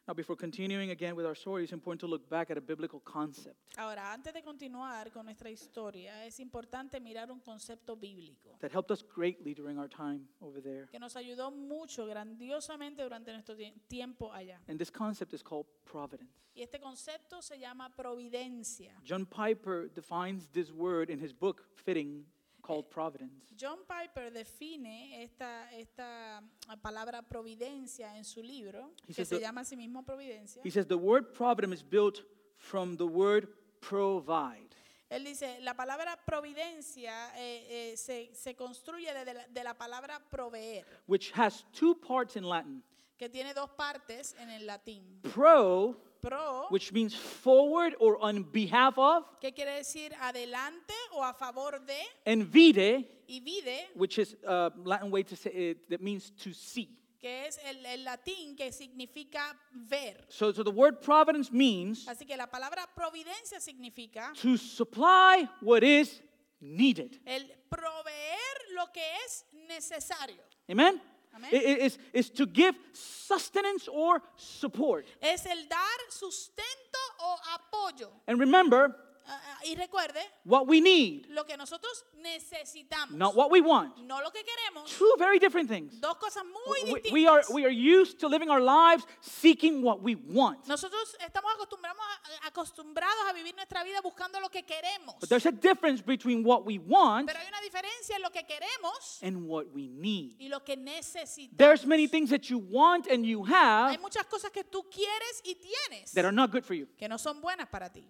Speaker 1: Now, before continuing again with our story, it's important to look back at a biblical concept.
Speaker 2: Ahora, antes de continuar con nuestra historia, es importante mirar un concepto bíblico
Speaker 1: that helped us greatly during our time over there.
Speaker 2: que nos ayudó mucho, grandiosamente durante nuestro tie- tiempo allá.
Speaker 1: And this concept is called providence.
Speaker 2: Y este concepto se llama providencia.
Speaker 1: John Piper defines this word in his book, Fitting, called providence.
Speaker 2: John Piper define esta, esta mm, palabra providencia en su libro,
Speaker 1: He
Speaker 2: que
Speaker 1: says
Speaker 2: se
Speaker 1: that-
Speaker 2: llama a sí mismo providencia.
Speaker 1: He says the word providence is built from the word provide.
Speaker 2: Él dice, la palabra providencia eh, eh, se, se construye desde la- de la palabra proveer,
Speaker 1: which has two parts in Latin.
Speaker 2: que que tiene dos partes en el latín.
Speaker 1: Pro,
Speaker 2: Pro,
Speaker 1: which means forward or on behalf of,
Speaker 2: que quiere decir adelante o a favor de,
Speaker 1: and vitae,
Speaker 2: y vide,
Speaker 1: which is uh, Latin way to say it, that means to see.
Speaker 2: que es el, el latín que significa ver.
Speaker 1: So, so the word providence means
Speaker 2: Así que la palabra providencia significa
Speaker 1: to supply what is needed.
Speaker 2: el proveer lo que es necesario.
Speaker 1: Amen?
Speaker 2: Amen.
Speaker 1: It- it- it's, it's to give sustenance or support.
Speaker 2: Es el dar sustento o apoyo.
Speaker 1: And remember
Speaker 2: Ah, ah, y recuerde,
Speaker 1: what we need,
Speaker 2: lo que nosotros necesitamos,
Speaker 1: not what we want.
Speaker 2: no lo que queremos,
Speaker 1: Two very different things.
Speaker 2: dos cosas muy
Speaker 1: We,
Speaker 2: distintas.
Speaker 1: we are, we are used to living our lives seeking what we want.
Speaker 2: Nosotros estamos acostumbrados a, acostumbrados a vivir nuestra vida buscando lo que queremos.
Speaker 1: But there's a difference between what we want
Speaker 2: Pero hay una diferencia en lo que queremos
Speaker 1: and what we need.
Speaker 2: y lo que necesitamos.
Speaker 1: There's many things that you want and you have
Speaker 2: Hay muchas cosas que tú quieres y tienes
Speaker 1: that are not good for you.
Speaker 2: que no son buenas para ti,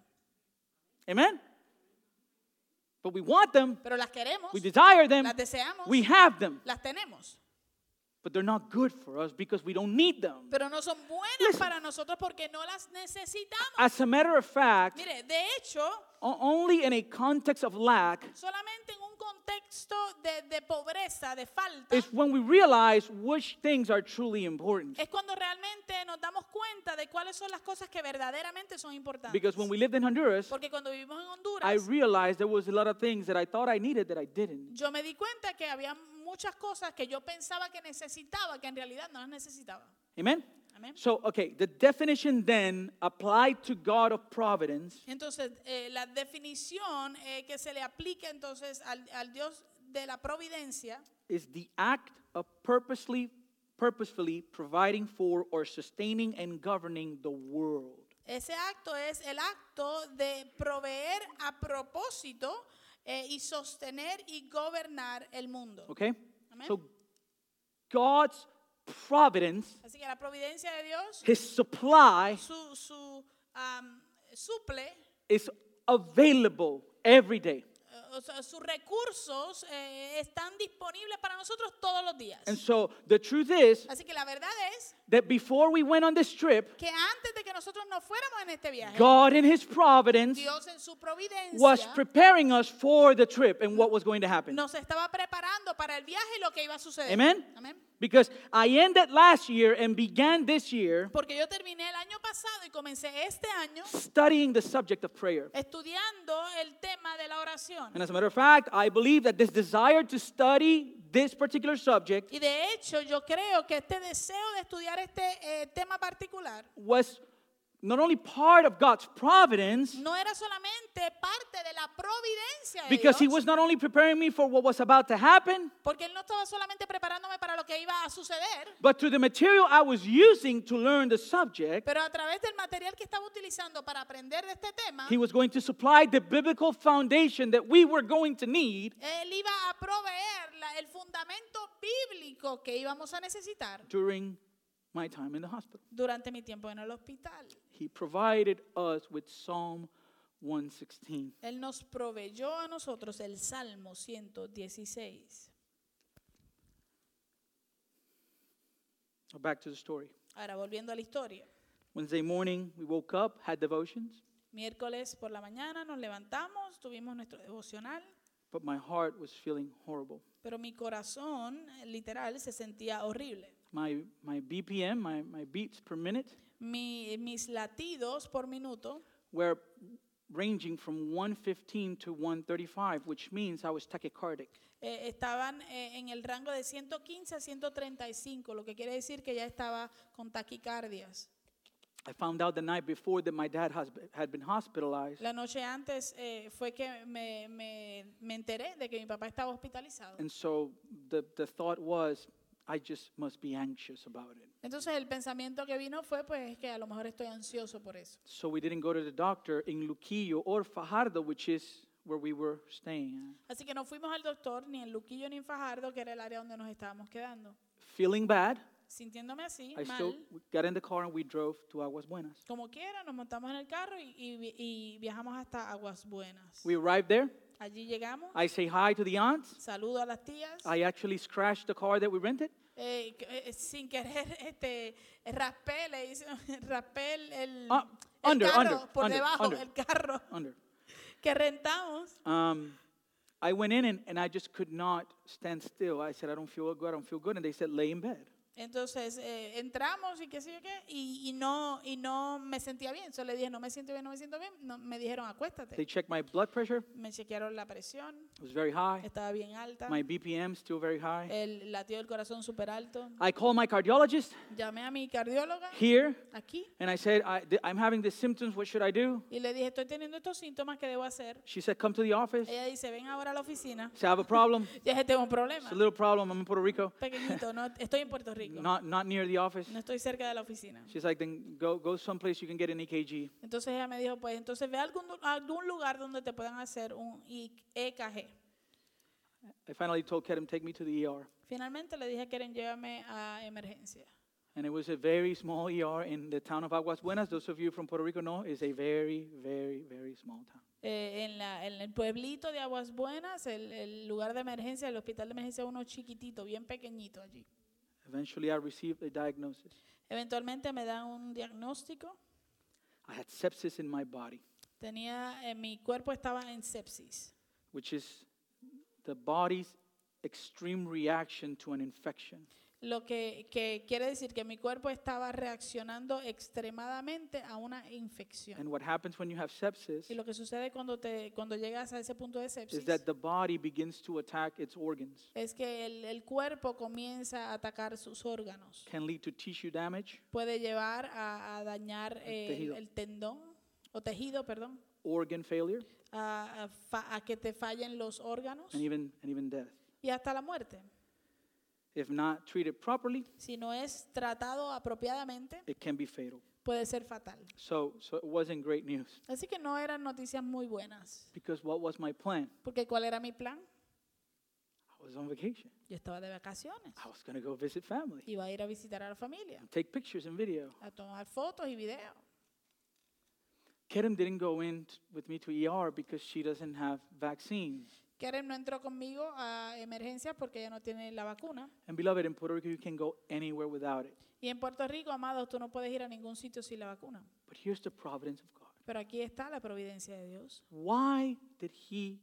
Speaker 1: Amen? But we want them,
Speaker 2: pero las queremos,
Speaker 1: we desire them,
Speaker 2: las deseamos,
Speaker 1: we have them,
Speaker 2: las tenemos,
Speaker 1: but they're not good for us because we don't need them.
Speaker 2: pero no son buenas
Speaker 1: Listen.
Speaker 2: para nosotros porque no las necesitamos.
Speaker 1: As a matter of fact,
Speaker 2: Mire, de hecho,
Speaker 1: o- only in a context of lack
Speaker 2: solamente en un contexto de, de pobreza, de falta,
Speaker 1: is when we realize which things are truly important.
Speaker 2: es cuando realmente nos damos cuenta de cuáles son las cosas que verdaderamente son importantes.
Speaker 1: Because when we lived in Honduras,
Speaker 2: Porque cuando vivimos en
Speaker 1: I
Speaker 2: Honduras,
Speaker 1: realized there was a lot of things that I thought I needed that I didn't.
Speaker 2: yo me di cuenta que había muchas cosas que yo pensaba que necesitaba, que en realidad no las necesitaba.
Speaker 1: Amen?
Speaker 2: Amén.
Speaker 1: So, okay, the definition then applied to God of providence
Speaker 2: Entonces, eh, la definición eh, que se le aplica entonces al, al Dios de la providencia
Speaker 1: is the act of purposely, purposefully providing for or sustaining and governing the world.
Speaker 2: Ese acto es el acto de proveer a propósito eh, y sostener y gobernar el mundo.
Speaker 1: Okay?
Speaker 2: Amen.
Speaker 1: So, God's providence,
Speaker 2: Así que la providencia de Dios,
Speaker 1: His supply,
Speaker 2: su, su, am, suple,
Speaker 1: is available every day.
Speaker 2: eh, o sea, sus recursos eh, están disponibles para nosotros todos los días.
Speaker 1: And so, the truth is
Speaker 2: Así que la verdad es
Speaker 1: that before we went on this trip,
Speaker 2: que antes de que nosotros nos fuéramos en este viaje,
Speaker 1: God in His providence
Speaker 2: Dios en su
Speaker 1: was
Speaker 2: providencia
Speaker 1: preparing us for the trip and what was going to happen.
Speaker 2: nos estaba preparando para el viaje y lo que iba a suceder.
Speaker 1: Amen?
Speaker 2: Amén.
Speaker 1: Because I ended last year and began this year
Speaker 2: Porque yo terminé el año pasado y comencé este año
Speaker 1: studying the subject of prayer.
Speaker 2: estudiando el tema de la oración.
Speaker 1: And as a matter of fact, I believe that this desire to study this particular subject
Speaker 2: Y de hecho yo creo que este deseo de estudiar este eh, tema particular
Speaker 1: was not only part of God's providence,
Speaker 2: no era solamente parte de la providencia de
Speaker 1: because He
Speaker 2: Dios,
Speaker 1: was not only preparing me for what was about to happen,
Speaker 2: porque él no estaba solamente preparándome para lo que iba a suceder,
Speaker 1: but to the material I was using to learn the subject,
Speaker 2: pero a través del material que estaba utilizando para aprender de este tema,
Speaker 1: He was going to supply the biblical foundation that we were going to need
Speaker 2: él iba a proveer la- el fundamento bíblico que íbamos a necesitar
Speaker 1: during my time in the hospital.
Speaker 2: durante mi tiempo en el hospital.
Speaker 1: He provided us with Psalm 116.
Speaker 2: Él nos proveyó a nosotros el Salmo 116.
Speaker 1: So Back to the story.
Speaker 2: Ahora, volviendo a la historia.
Speaker 1: Wednesday morning, we woke up, had devotions,
Speaker 2: Miércoles por la mañana nos levantamos, tuvimos nuestro devocional,
Speaker 1: but my heart was feeling horrible.
Speaker 2: pero mi corazón, eh, literal, se sentía horrible.
Speaker 1: My, my BPM, my, my beats per minute,
Speaker 2: Mi- mis latidos por minuto
Speaker 1: were ranging from 115 to 135, which means I was tachycardic.
Speaker 2: eh, estaban eh, en el rango de 115 a 135, lo que quiere decir que ya estaba con taquicardias.
Speaker 1: I found out the night before that my dad has, had been hospitalized,
Speaker 2: La noche antes eh, fue que me, me- me enteré de que mi papá estaba hospitalizado.
Speaker 1: and so the, the thought was, I just must be anxious about it.
Speaker 2: Entonces el pensamiento que vino fue pues es que a lo mejor estoy ansioso por eso.
Speaker 1: So we didn't go to the doctor in Luquillo or Fajardo, which is where we were staying.
Speaker 2: Así que no fuimos al doctor ni en Luquillo ni en Fajardo, que era el área donde nos estábamos quedando.
Speaker 1: Feeling bad,
Speaker 2: Sintiéndome así,
Speaker 1: I
Speaker 2: mal,
Speaker 1: still we got in the car and we drove to Aguas Buenas.
Speaker 2: como quiera, nos montamos en el carro y, y vi- y viajamos hasta Aguas Buenas.
Speaker 1: We arrived there,
Speaker 2: Allí llegamos.
Speaker 1: I say hi to the aunts.
Speaker 2: Saludo a las tías.
Speaker 1: I actually scratched the car that we rented.
Speaker 2: Eh, que- eh, sin querer, este, raspé, le hice, raspé el, el-
Speaker 1: Ah,
Speaker 2: Mm. el
Speaker 1: under,
Speaker 2: carro
Speaker 1: under,
Speaker 2: por
Speaker 1: under,
Speaker 2: debajo,
Speaker 1: under.
Speaker 2: el carro
Speaker 1: Under.
Speaker 2: que rentamos.
Speaker 1: Um, I went in and, and I just could not stand still. I said, I don't feel good. I don't feel good. And they said, lay in bed.
Speaker 2: Entonces eh, entramos y qué sé yo qué, y, y no, y no me sentía bien. Yo le dije, no me siento bien, no me siento bien. No, me dijeron, acuéstate.
Speaker 1: They checked my blood pressure.
Speaker 2: Me chequearon la presión,
Speaker 1: It was very high.
Speaker 2: estaba bien alta,
Speaker 1: My BPM still very high.
Speaker 2: el latido del corazón súper alto.
Speaker 1: I called my cardiologist
Speaker 2: Llamé a mi cardióloga
Speaker 1: here
Speaker 2: aquí
Speaker 1: and I said, I, th- I'm having these symptoms. What should I do?
Speaker 2: y le dije, estoy teniendo estos síntomas, ¿qué debo hacer?
Speaker 1: She said, come to the office. I
Speaker 2: Ella dice, ven ahora a la oficina.
Speaker 1: said, I have a problem.
Speaker 2: Yo dije, tengo un problema.
Speaker 1: It's a little problem. I'm in Puerto Rico,
Speaker 2: Pequeñito, no, estoy en Puerto Rico. No.
Speaker 1: not, not near the office.
Speaker 2: estoy cerca de la oficina.
Speaker 1: She's like, then go, go someplace you can get an E EKG.
Speaker 2: Entonces ella me dijo, pues entonces ve a algún, a algún lugar donde te puedan hacer un I- E EKG.
Speaker 1: I finally told Kedem, take me to the ER.
Speaker 2: Finalmente le dije, quieren, llévame a emergencia.
Speaker 1: And it was a very small ER in the town of Aguas Buenas. Those of you from Puerto Rico know it's a very, very, very small town.
Speaker 2: Eh, en, la- en el pueblito de Aguas Buenas, el, el lugar de emergencia, el hospital de emergencia, uno chiquitito, bien pequeñito allí.
Speaker 1: Eventually, I received a diagnosis.
Speaker 2: Eventualmente me dan un diagnóstico.
Speaker 1: I had sepsis in my body,
Speaker 2: Tenía, eh, mi cuerpo estaba en sepsis,
Speaker 1: which is the body's extreme reaction to an infection.
Speaker 2: lo que, que quiere decir que mi cuerpo estaba reaccionando extremadamente a una infección.
Speaker 1: And what happens when you have sepsis
Speaker 2: Y lo que sucede cuando te cuando llegas a ese punto de sepsis
Speaker 1: is that the body begins to attack its organs,
Speaker 2: es que el, el cuerpo comienza a atacar sus órganos.
Speaker 1: can lead to tissue damage,
Speaker 2: Puede llevar a, a dañar eh, el,
Speaker 1: tejido.
Speaker 2: el tendón o tejido, perdón,
Speaker 1: organ failure,
Speaker 2: a, a fa- a que te fallen los órganos
Speaker 1: and even, and even death.
Speaker 2: y hasta la muerte.
Speaker 1: If not treated properly,
Speaker 2: Si no es tratado apropiadamente,
Speaker 1: it can be fatal.
Speaker 2: puede ser fatal.
Speaker 1: So, so it wasn't great news
Speaker 2: Así que no eran noticias muy buenas,
Speaker 1: because what was my plan?
Speaker 2: porque ¿cuál era mi plan?
Speaker 1: I was on vacation.
Speaker 2: Yo estaba de vacaciones,
Speaker 1: I was going to go visit family
Speaker 2: iba a ir a visitar a la familia,
Speaker 1: and take pictures and video.
Speaker 2: a tomar fotos y videos.
Speaker 1: Kerem didn't go in t- with me to ER because she doesn't have vaccines.
Speaker 2: Karen no entró conmigo a emergencias porque ella no tiene la vacuna.
Speaker 1: And beloved, in Puerto Rico, you can go anywhere without it.
Speaker 2: Y en Puerto Rico, amados, tú no puedes ir a ningún sitio sin la vacuna.
Speaker 1: But here's the providence of God.
Speaker 2: Pero aquí está la providencia de Dios.
Speaker 1: Why did He,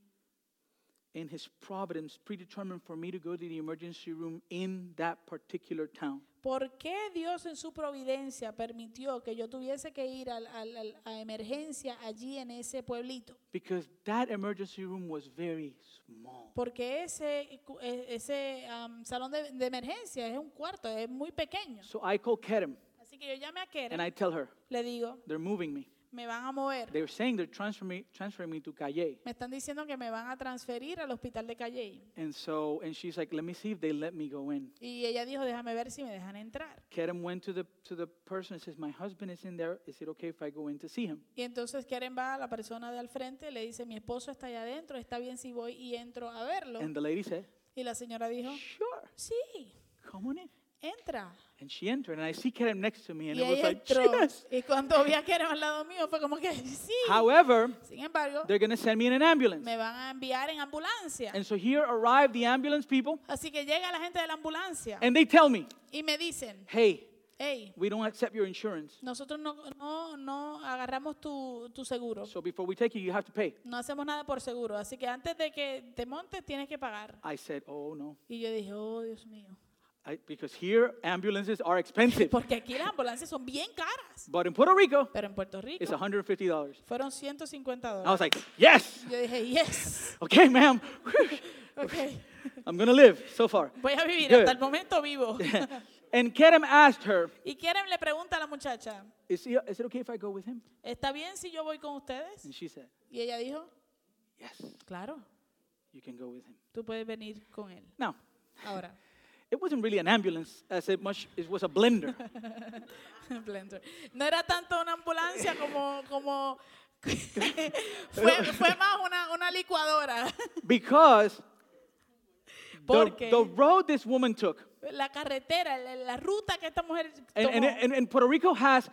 Speaker 1: in His providence, predetermine for me to go to the emergency room in that particular town?
Speaker 2: ¿Por qué Dios en su providencia permitió que yo tuviese que ir al- al- al- a emergencia allí en ese pueblito?
Speaker 1: Because that emergency room was very small.
Speaker 2: Porque ese, cu- e- ese am, salón de, de emergencia es un cuarto, es muy pequeño.
Speaker 1: So I call Kerem
Speaker 2: Así que yo llamé a
Speaker 1: and
Speaker 2: Karen,
Speaker 1: I tell her,
Speaker 2: le digo,
Speaker 1: they're moving me.
Speaker 2: me van a mover.
Speaker 1: They're saying they're transferring me, transferring me to Calle.
Speaker 2: Me están diciendo que me van a transferir al hospital de Calley.
Speaker 1: And so, and she's like, let me see if they let me go in.
Speaker 2: Y ella dijo, déjame ver si me dejan entrar.
Speaker 1: Kerem went to the to the person and says, my husband is in there. Is it okay if I go in to see him?
Speaker 2: Y entonces Karen va a la persona de al frente y le dice, mi esposo está allá adentro, está bien si voy y entro a verlo.
Speaker 1: And the lady said,
Speaker 2: Y la señora dijo,
Speaker 1: sure,
Speaker 2: sí,
Speaker 1: come on in.
Speaker 2: entra.
Speaker 1: And she entered, and I see Kerem next to me, and
Speaker 2: Y
Speaker 1: it was
Speaker 2: ella
Speaker 1: like,
Speaker 2: entró.
Speaker 1: yes.
Speaker 2: Y cuando vi a Karen al lado mío fue como que, sí.
Speaker 1: However,
Speaker 2: Sin embargo,
Speaker 1: they're gonna send me in an ambulance.
Speaker 2: me van a enviar en ambulancia.
Speaker 1: And so here arrive the ambulance people,
Speaker 2: Así que llega la gente de la ambulancia
Speaker 1: and they tell me,
Speaker 2: y me dicen,
Speaker 1: hey,
Speaker 2: hey,
Speaker 1: we don't accept your insurance.
Speaker 2: nosotros no, no, no agarramos tu, tu seguro.
Speaker 1: So before we take you, you have to pay.
Speaker 2: No hacemos nada por seguro. Así que antes de que te montes tienes que pagar.
Speaker 1: I said, oh no,
Speaker 2: Y yo dije, oh Dios mío.
Speaker 1: I, because here ambulances are expensive,
Speaker 2: Porque aquí las ambulancias son bien caras.
Speaker 1: but in Puerto Rico,
Speaker 2: Pero en Puerto
Speaker 1: it's
Speaker 2: Rico
Speaker 1: $150.
Speaker 2: fueron 150
Speaker 1: I was
Speaker 2: dólares.
Speaker 1: like, yes,
Speaker 2: Yo dije, yes,
Speaker 1: okay, ma'am,
Speaker 2: ok,
Speaker 1: I'm gonna live so far.
Speaker 2: voy a vivir,
Speaker 1: Good.
Speaker 2: hasta el momento vivo.
Speaker 1: and Kerem asked her,
Speaker 2: Y Karen le pregunta a la muchacha,
Speaker 1: is, he, is it okay if I go with him?
Speaker 2: ¿está bien si yo voy con ustedes?
Speaker 1: And she said,
Speaker 2: Y ella dijo,
Speaker 1: Yes,
Speaker 2: claro,
Speaker 1: you can go with him.
Speaker 2: tú puedes venir con él.
Speaker 1: Now,
Speaker 2: Ahora,
Speaker 1: it wasn't really an ambulance as it much it was a blender.
Speaker 2: Blender. No era tanto una ambulancia como... como fue, fue más una, una licuadora.
Speaker 1: because the,
Speaker 2: Porque-
Speaker 1: the road this woman took,
Speaker 2: La carretera, la, la ruta que esta mujer tomó.
Speaker 1: e-, and, and, and, and Puerto Rico has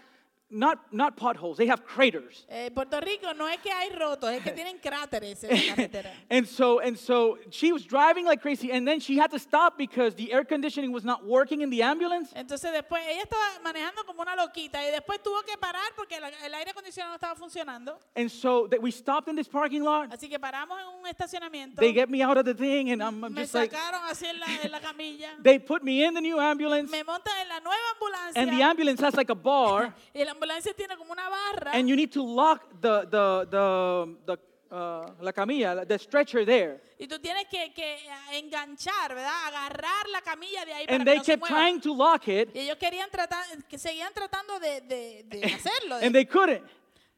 Speaker 1: not, not potholes, they have craters.
Speaker 2: Eh, Puerto Rico no es que hay rotos, es que tienen cráteres en la carretera.
Speaker 1: And so, and so she was driving like crazy, and then she had to stop because the air conditioning was not working in the ambulance.
Speaker 2: Entonces después ella estaba manejando como una loquita y después tuvo que parar porque la- el aire acondicionado no estaba funcionando.
Speaker 1: And so that we stopped in this parking lot.
Speaker 2: Así que paramos en un estacionamiento.
Speaker 1: They get me out of the thing, and I'm, I'm
Speaker 2: me
Speaker 1: just like,
Speaker 2: sacaron así en la, en la camilla.
Speaker 1: they put me in the new ambulance,
Speaker 2: me montan en la nueva ambulancia.
Speaker 1: and the ambulance has like a bar,
Speaker 2: y la ambulancia tiene como una barra.
Speaker 1: and you need to lock the the the the uh, la camilla, the stretcher there.
Speaker 2: y tú tienes que, que, eh, enganchar, ¿verdad? Agarrar la camilla de ahí para
Speaker 1: And
Speaker 2: que
Speaker 1: they
Speaker 2: no se
Speaker 1: kept
Speaker 2: mueva.
Speaker 1: trying to lock it,
Speaker 2: Y ellos querían tratar, que seguían tratando de, de- de hacerlo, de,
Speaker 1: and they couldn't,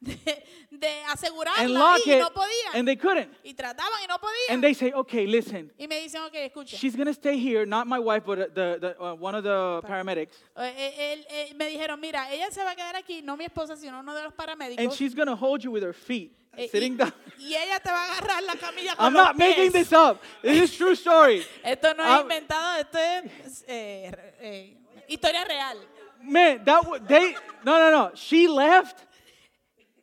Speaker 2: de, de
Speaker 1: and
Speaker 2: asegurarla
Speaker 1: lock
Speaker 2: y
Speaker 1: it,
Speaker 2: no podían.
Speaker 1: and they couldn't.
Speaker 2: y trataban y no podían.
Speaker 1: And they say, okay, listen,
Speaker 2: y me dicen, ok, escucha.
Speaker 1: She's gonna stay here, not my wife, but uh, the, the uh, one of the paramedics,
Speaker 2: Eh, eh, él- eh, me dijeron, mira, ella se va a quedar aquí, no mi esposa, sino uno de los
Speaker 1: and
Speaker 2: paramédicos.
Speaker 1: she's gonna hold you with her feet,
Speaker 2: eh,
Speaker 1: sitting
Speaker 2: y,
Speaker 1: down.
Speaker 2: y ella te va a agarrar la camilla con
Speaker 1: I'm
Speaker 2: los
Speaker 1: not making
Speaker 2: pies.
Speaker 1: this up. This is true story.
Speaker 2: Esto no
Speaker 1: I'm-
Speaker 2: es inventado, esto es eh, re- eh, historia real.
Speaker 1: Man, that wa they no no no. She left,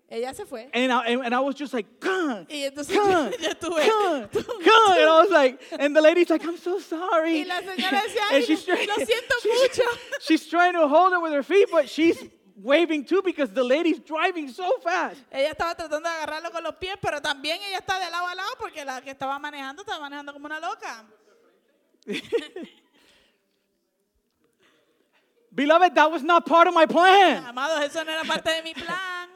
Speaker 2: Ella se fue.
Speaker 1: and I and, and I was just like, gun,
Speaker 2: Y entonces
Speaker 1: gun,
Speaker 2: yo,
Speaker 1: gun,
Speaker 2: yo estuve.
Speaker 1: gun, and I was like, and the lady's like, I'm so sorry.
Speaker 2: Y la señora decía,
Speaker 1: And
Speaker 2: "Ay,
Speaker 1: she's
Speaker 2: lo-
Speaker 1: trying-
Speaker 2: lo siento
Speaker 1: she's-
Speaker 2: mucho.
Speaker 1: She's trying to hold her with her feet, but she's waving too because the lady's driving so fast.
Speaker 2: Ella estaba tratando de agarrarlo con los pies, pero también ella está de lado a lado porque la que estaba manejando estaba manejando como una loca.
Speaker 1: Beloved, that was not part of my plan.
Speaker 2: Amados, eso no era parte de mi plan.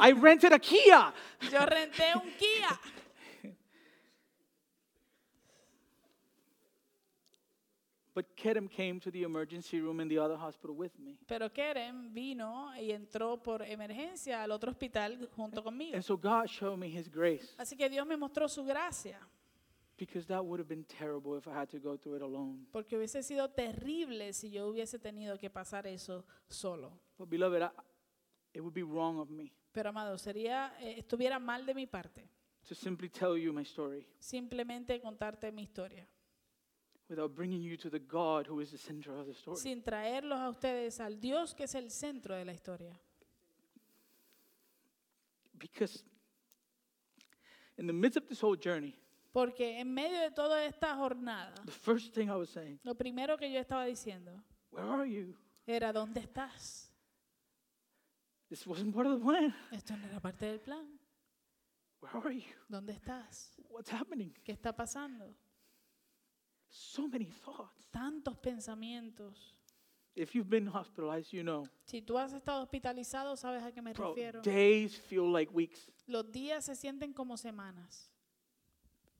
Speaker 1: I rented a Kia.
Speaker 2: Yo renté un Kia.
Speaker 1: But Kerem came to the emergency room in the other hospital with me.
Speaker 2: Pero Keren vino y entró por emergencia al otro hospital junto conmigo.
Speaker 1: And so God showed me his grace
Speaker 2: Así que Dios me mostró su gracia,
Speaker 1: because that would have been terrible if I had to go through it alone.
Speaker 2: porque hubiese sido terrible si yo hubiese tenido que pasar eso solo.
Speaker 1: But beloved, I, it would be wrong of me
Speaker 2: Pero amado, sería eh, estuviera mal de mi parte
Speaker 1: to simply tell you my story
Speaker 2: simplemente contarte mi historia,
Speaker 1: without bringing you to the God who is the center of the story.
Speaker 2: sin traerlos a ustedes al Dios que es el centro de la historia.
Speaker 1: Because in the midst of this whole journey,
Speaker 2: Porque en medio de toda esta jornada,
Speaker 1: the first thing I was saying,
Speaker 2: lo primero que yo estaba diciendo
Speaker 1: where are you?
Speaker 2: era, ¿dónde estás?
Speaker 1: This wasn't part of the plan.
Speaker 2: Esto no era parte del plan.
Speaker 1: Where are you?
Speaker 2: ¿Dónde estás?
Speaker 1: What's happening?
Speaker 2: ¿Qué está pasando?
Speaker 1: So many thoughts.
Speaker 2: Tantos pensamientos.
Speaker 1: If you've been hospitalized, you know
Speaker 2: Si tú has estado hospitalizado, sabes a qué me
Speaker 1: Bro,
Speaker 2: refiero.
Speaker 1: days feel like weeks.
Speaker 2: Los días se sienten como semanas.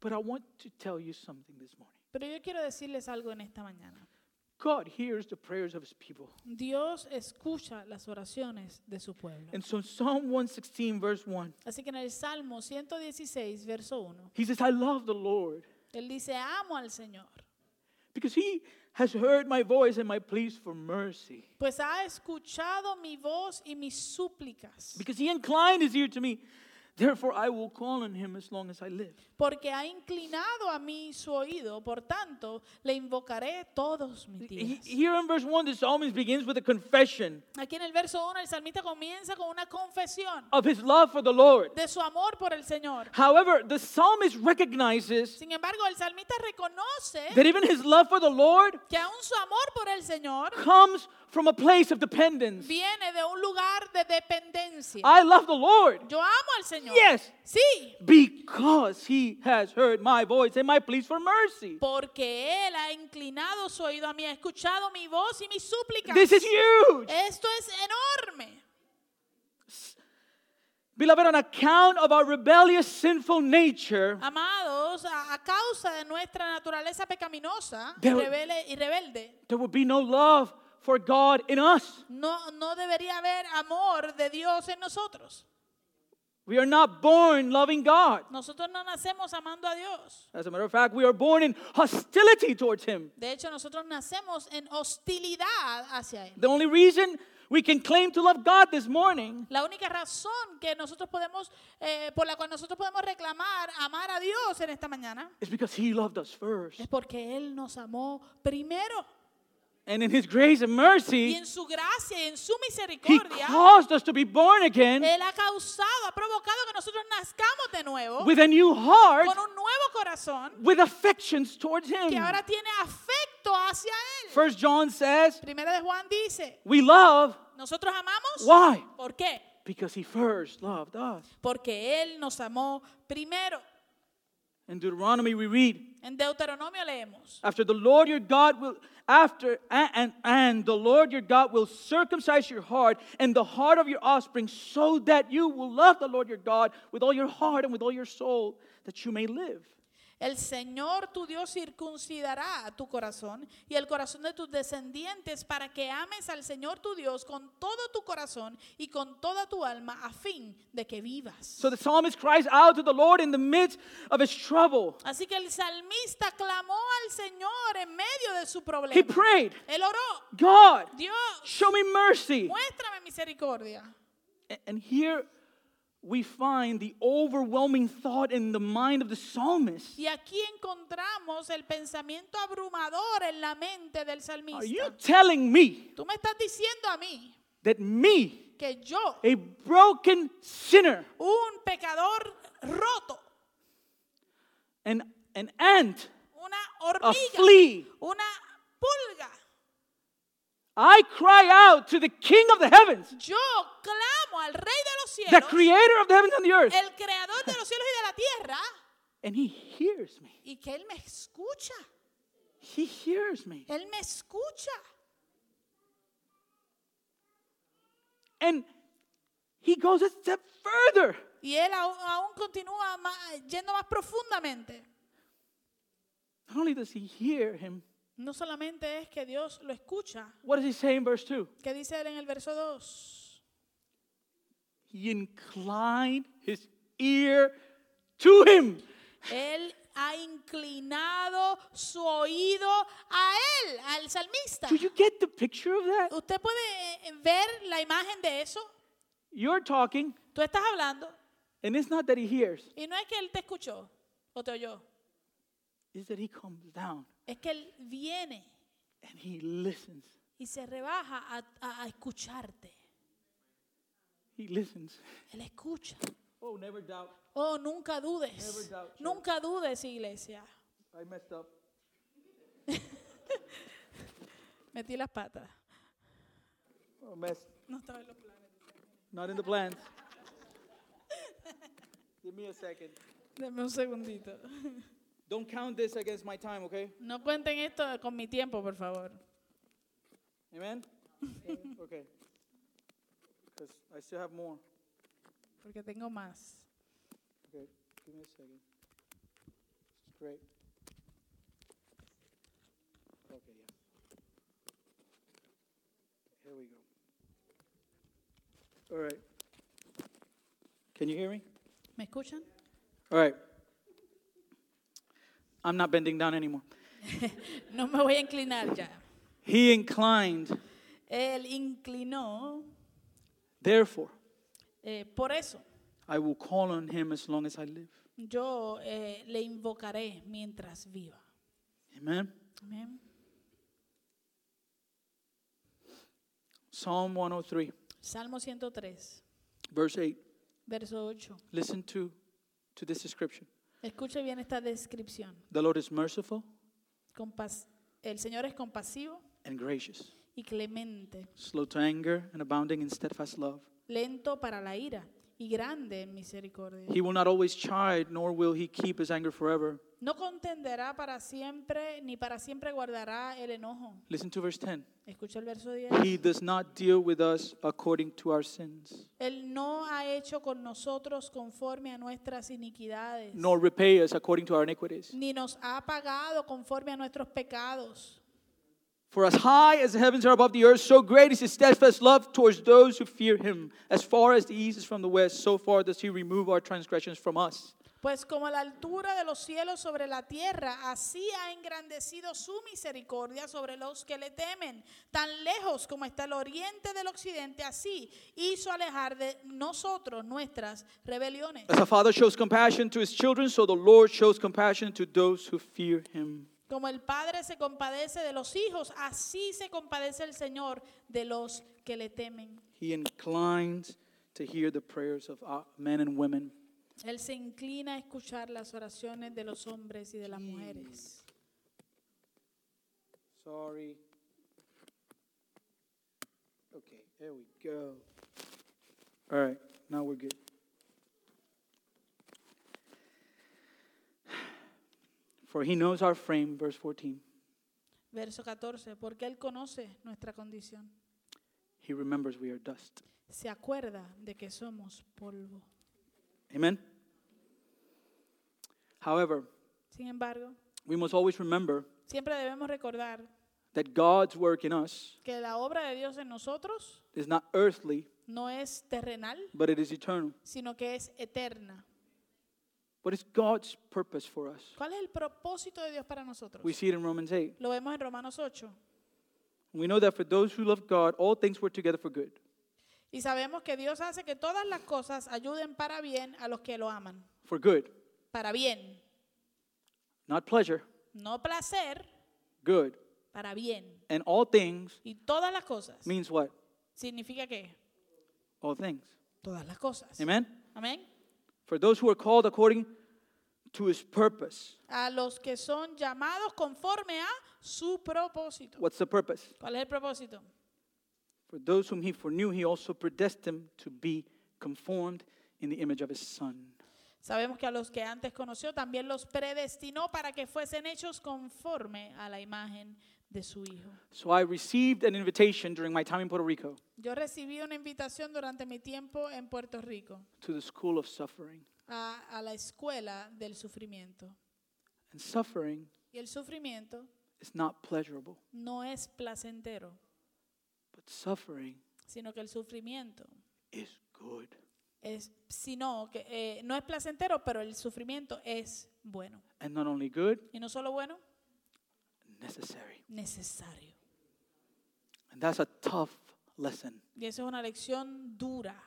Speaker 1: But I want to tell you something this morning.
Speaker 2: Pero yo quiero decirles algo en esta mañana.
Speaker 1: God hears the prayers of his people.
Speaker 2: Dios escucha las oraciones de su pueblo.
Speaker 1: And so in Psalm 116, verse 1,
Speaker 2: Así que en el Salmo 116, verso 1,
Speaker 1: he says, I love the Lord
Speaker 2: él dice, amo al Señor,
Speaker 1: because he has heard my voice and my pleas for mercy.
Speaker 2: pues ha escuchado mi voz y mis súplicas,
Speaker 1: Because he inclined his ear to me. Therefore, I will call on him as long as I live.
Speaker 2: porque ha inclinado a mí su oído, por tanto, le invocaré todos mis
Speaker 1: He-
Speaker 2: días.
Speaker 1: Here in verse 1, the psalmist begins with a confession
Speaker 2: Aquí en el verso 1 el salmista comienza con una confesión
Speaker 1: of his love for the Lord.
Speaker 2: de su amor por el Señor.
Speaker 1: However, the psalmist recognizes
Speaker 2: Sin embargo, el salmista reconoce
Speaker 1: that even his love for the Lord
Speaker 2: que aún su amor por el Señor
Speaker 1: comes from a place of dependence.
Speaker 2: viene de un lugar de dependencia.
Speaker 1: I love the Lord.
Speaker 2: Yo amo al Señor.
Speaker 1: Ah. Yes.
Speaker 2: Sí,
Speaker 1: Because he has heard my voice and my pleas for mercy.
Speaker 2: porque Él ha inclinado su oído a mí, ha escuchado mi voz y mis súplicas.
Speaker 1: This is huge.
Speaker 2: Esto es enorme.
Speaker 1: Beloved, on account of our rebellious, sinful nature,
Speaker 2: Amados, a, a causa de nuestra naturaleza pecaminosa
Speaker 1: There-
Speaker 2: rebelde y rebelde,
Speaker 1: there would be no love for God in us.
Speaker 2: no, no debería haber amor de Dios en nosotros.
Speaker 1: We are not born loving God.
Speaker 2: Nosotros no nacemos amando a Dios.
Speaker 1: As a matter of fact, we are born in hostility towards him.
Speaker 2: De hecho, nosotros nacemos en hostilidad hacia Él.
Speaker 1: The only reason we can claim to love God this morning
Speaker 2: La única razón que nosotros podemos, eh, por la cual nosotros podemos reclamar amar a Dios en esta mañana,
Speaker 1: is because he loved us first.
Speaker 2: es porque Él nos amó primero.
Speaker 1: And in His grace and
Speaker 2: Y
Speaker 1: mercy,
Speaker 2: en su gracia y en su
Speaker 1: He
Speaker 2: misericordia,
Speaker 1: caused us to be born again
Speaker 2: Él ha causado, ha provocado que nosotros nazcamos de nuevo
Speaker 1: with a new heart,
Speaker 2: con un nuevo corazón
Speaker 1: with affections towards
Speaker 2: que
Speaker 1: Him.
Speaker 2: ahora tiene afecto hacia Él.
Speaker 1: First John says,
Speaker 2: Primera de Juan dice,
Speaker 1: "We love
Speaker 2: nosotros amamos.
Speaker 1: why?
Speaker 2: ¿Por qué?
Speaker 1: Because He first loved us."
Speaker 2: Porque Él nos amó primero.
Speaker 1: In Deuteronomy we read,
Speaker 2: En Deuteronomio leemos.
Speaker 1: After the Lord your God will after and, and and the Lord your God will circumcise your heart and the heart of your offspring so that you will love the Lord your God with all your heart and with all your soul that you may live.
Speaker 2: El Señor tu Dios circuncidará a tu corazón y el corazón de tus descendientes para que ames al Señor tu Dios con todo tu corazón y con toda tu alma a fin de que vivas.
Speaker 1: So the psalmist cries out to the Lord in the midst of his trouble.
Speaker 2: Así que el salmista clamó al Señor en medio de su
Speaker 1: He
Speaker 2: problema.
Speaker 1: prayed,
Speaker 2: Él oró,
Speaker 1: God,
Speaker 2: Dios,
Speaker 1: show me mercy.
Speaker 2: muéstrame misericordia.
Speaker 1: A- And here we find the overwhelming thought in the mind of the psalmist.
Speaker 2: Y aquí encontramos el pensamiento abrumador en la mente
Speaker 1: Are
Speaker 2: del
Speaker 1: you
Speaker 2: salmista.
Speaker 1: telling me
Speaker 2: Tú me estás diciendo a mí
Speaker 1: that me,
Speaker 2: que yo,
Speaker 1: a broken sinner,
Speaker 2: un pecador roto,
Speaker 1: an, an ant,
Speaker 2: una
Speaker 1: a
Speaker 2: hormiga,
Speaker 1: flea.
Speaker 2: una pulga,
Speaker 1: I cry out to the King of the heavens,
Speaker 2: yo clamo al Rey de los
Speaker 1: the
Speaker 2: cielos,
Speaker 1: creator of the heavens and the earth,
Speaker 2: el creador de los cielos y de la tierra,
Speaker 1: and he hears me.
Speaker 2: y que Él me escucha.
Speaker 1: He hears me.
Speaker 2: Él me escucha.
Speaker 1: And he goes a step further.
Speaker 2: Y él aún, aún continúa ma- yendo más profundamente.
Speaker 1: Not only does he hear him,
Speaker 2: No solamente es que Dios lo escucha,
Speaker 1: what does he say in verse 2?
Speaker 2: que dice él en el verso 2,
Speaker 1: He inclined his ear to him.
Speaker 2: él ha inclinado su oído a él, al salmista.
Speaker 1: Do you get the picture of that?
Speaker 2: ¿Usted puede eh, ver la imagen de eso?
Speaker 1: You're talking,
Speaker 2: Tú estás hablando
Speaker 1: and it's not that he hears,
Speaker 2: y no es que él te escuchó o te oyó,
Speaker 1: it's that he comes down
Speaker 2: es que él viene
Speaker 1: and he listens.
Speaker 2: y se rebaja a, a- a escucharte.
Speaker 1: He listens.
Speaker 2: Él escucha.
Speaker 1: Oh, never doubt.
Speaker 2: Oh, nunca dudes.
Speaker 1: Never doubt, church.
Speaker 2: Nunca dudes, iglesia.
Speaker 1: I messed up.
Speaker 2: Metí las patas.
Speaker 1: Oh, mess.
Speaker 2: No estaba en los planes.
Speaker 1: Not in the plans. Give me a second.
Speaker 2: Dame un segundito.
Speaker 1: Don't count this against my time, okay?
Speaker 2: No cuenten esto con mi tiempo, por favor.
Speaker 1: Amen? okay. Because I still have more.
Speaker 2: Porque tengo más.
Speaker 1: Okay, give me a second. Great. Okay, yeah. Here we go. All right. Can you hear me?
Speaker 2: ¿Me escuchan?
Speaker 1: All right. I'm not bending down anymore.
Speaker 2: No me voy a inclinar ya.
Speaker 1: He inclined,
Speaker 2: Él inclinó.
Speaker 1: therefore,
Speaker 2: eh, por eso
Speaker 1: I will call on him as long as I live.
Speaker 2: yo eh, le invocaré mientras viva.
Speaker 1: Amen.
Speaker 2: Amén.
Speaker 1: Psalm 103,
Speaker 2: Salmo 103,
Speaker 1: verse 8.
Speaker 2: verso 8.
Speaker 1: Listen to, to this description.
Speaker 2: Escuche bien esta descripción.
Speaker 1: The Lord is merciful
Speaker 2: Compas- el Señor es compasivo
Speaker 1: and gracious,
Speaker 2: y clemente.
Speaker 1: slow to anger and abounding in steadfast love.
Speaker 2: lento para la ira y grande en misericordia.
Speaker 1: He will not always chide, nor will he keep his anger forever.
Speaker 2: No contenderá para siempre, ni para siempre guardará el enojo.
Speaker 1: Listen to verse 10.
Speaker 2: Escucha el verso 10.
Speaker 1: He does not deal with us according to our sins,
Speaker 2: Él no ha hecho con nosotros conforme a nuestras iniquidades,
Speaker 1: nor repay us according to our iniquities.
Speaker 2: ni nos ha pagado conforme a nuestros pecados.
Speaker 1: For as high as the heavens are above the earth, so great is his steadfast love towards those who fear him. As far as the east is from the west, so far does he remove our transgressions from us.
Speaker 2: Pues como la altura de los cielos sobre la tierra, así ha engrandecido su misericordia sobre los que le temen. Tan lejos como está el oriente del occidente, así hizo alejar de nosotros nuestras rebeliones.
Speaker 1: As a father shows compassion to his children, so the Lord shows compassion to those who fear him.
Speaker 2: Como el Padre se compadece de los hijos, así se compadece el Señor de los que le temen.
Speaker 1: He inclines to hear the prayers of uh, men and women.
Speaker 2: Él se inclina a escuchar las oraciones de los hombres y de las mujeres.
Speaker 1: Sorry. Okay, there we go. All right, now we're good. For he knows our frame, verse 14.
Speaker 2: Verso 14, porque Él conoce nuestra condición.
Speaker 1: He remembers we are dust.
Speaker 2: Se acuerda de que somos polvo.
Speaker 1: Amen? However,
Speaker 2: Sin embargo,
Speaker 1: we must always remember
Speaker 2: siempre debemos recordar
Speaker 1: that God's work in us
Speaker 2: que la obra de Dios en nosotros
Speaker 1: is not earthly,
Speaker 2: no es terrenal,
Speaker 1: but it is eternal.
Speaker 2: sino que es eterna.
Speaker 1: What is God's purpose for us?
Speaker 2: ¿Cuál es el propósito de Dios para nosotros?
Speaker 1: We see it in Romans 8.
Speaker 2: Lo vemos en Romanos 8.
Speaker 1: We know that for those who love God, all things work together for good.
Speaker 2: Y sabemos que Dios hace que todas las cosas ayuden para bien a los que lo aman.
Speaker 1: For good.
Speaker 2: Para bien,
Speaker 1: Not pleasure,
Speaker 2: no placer,
Speaker 1: good.
Speaker 2: para bien.
Speaker 1: And all things
Speaker 2: Y todas las cosas.
Speaker 1: means what?
Speaker 2: ¿Significa qué?
Speaker 1: All things.
Speaker 2: Todas las cosas.
Speaker 1: Amen?
Speaker 2: Amén.
Speaker 1: For those who are called according to his purpose.
Speaker 2: A los que son llamados conforme a su propósito.
Speaker 1: What's the purpose?
Speaker 2: ¿Cuál es el propósito?
Speaker 1: For those whom he foreknew, he also predestined to be conformed in the image of his son.
Speaker 2: Sabemos que a los que antes conoció también los predestinó para que fuesen hechos conforme a la imagen de su Hijo.
Speaker 1: So I received an invitation during my time in Puerto Rico
Speaker 2: Yo recibí una invitación durante mi tiempo en Puerto Rico
Speaker 1: to the school of suffering.
Speaker 2: a, a la escuela del sufrimiento.
Speaker 1: And suffering
Speaker 2: Y el sufrimiento
Speaker 1: is not pleasurable,
Speaker 2: no es placentero,
Speaker 1: but suffering
Speaker 2: sino que el sufrimiento
Speaker 1: is good.
Speaker 2: es, sino que eh, no es placentero, pero el sufrimiento es bueno.
Speaker 1: And not only good,
Speaker 2: Y no solo bueno,
Speaker 1: necessary.
Speaker 2: necesario.
Speaker 1: And that's a tough lesson,
Speaker 2: Y eso es una lección dura,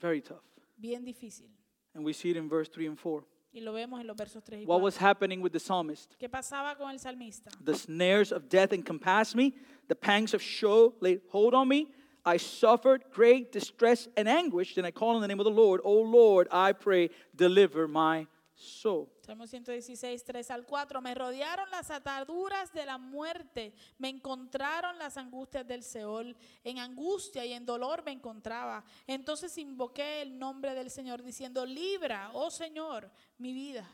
Speaker 1: very tough.
Speaker 2: bien difícil.
Speaker 1: And we see it in verse 3 and 4.
Speaker 2: Y lo vemos en los versos 3 y
Speaker 1: What
Speaker 2: 4.
Speaker 1: was happening with the psalmist?
Speaker 2: ¿Qué pasaba con el salmista?
Speaker 1: The snares of death encompassed me. The pangs of Sheol laid hold on me. I suffered great distress and anguish. Then I called on the name of the Lord. O Lord, I pray, deliver my soul.
Speaker 2: Salmo 116, 3 al 4. Me rodearon las ataduras de la muerte, me encontraron las angustias del Seol. En angustia y en dolor me encontraba. Entonces invoqué el nombre del Señor diciendo, libra, oh Señor, mi vida.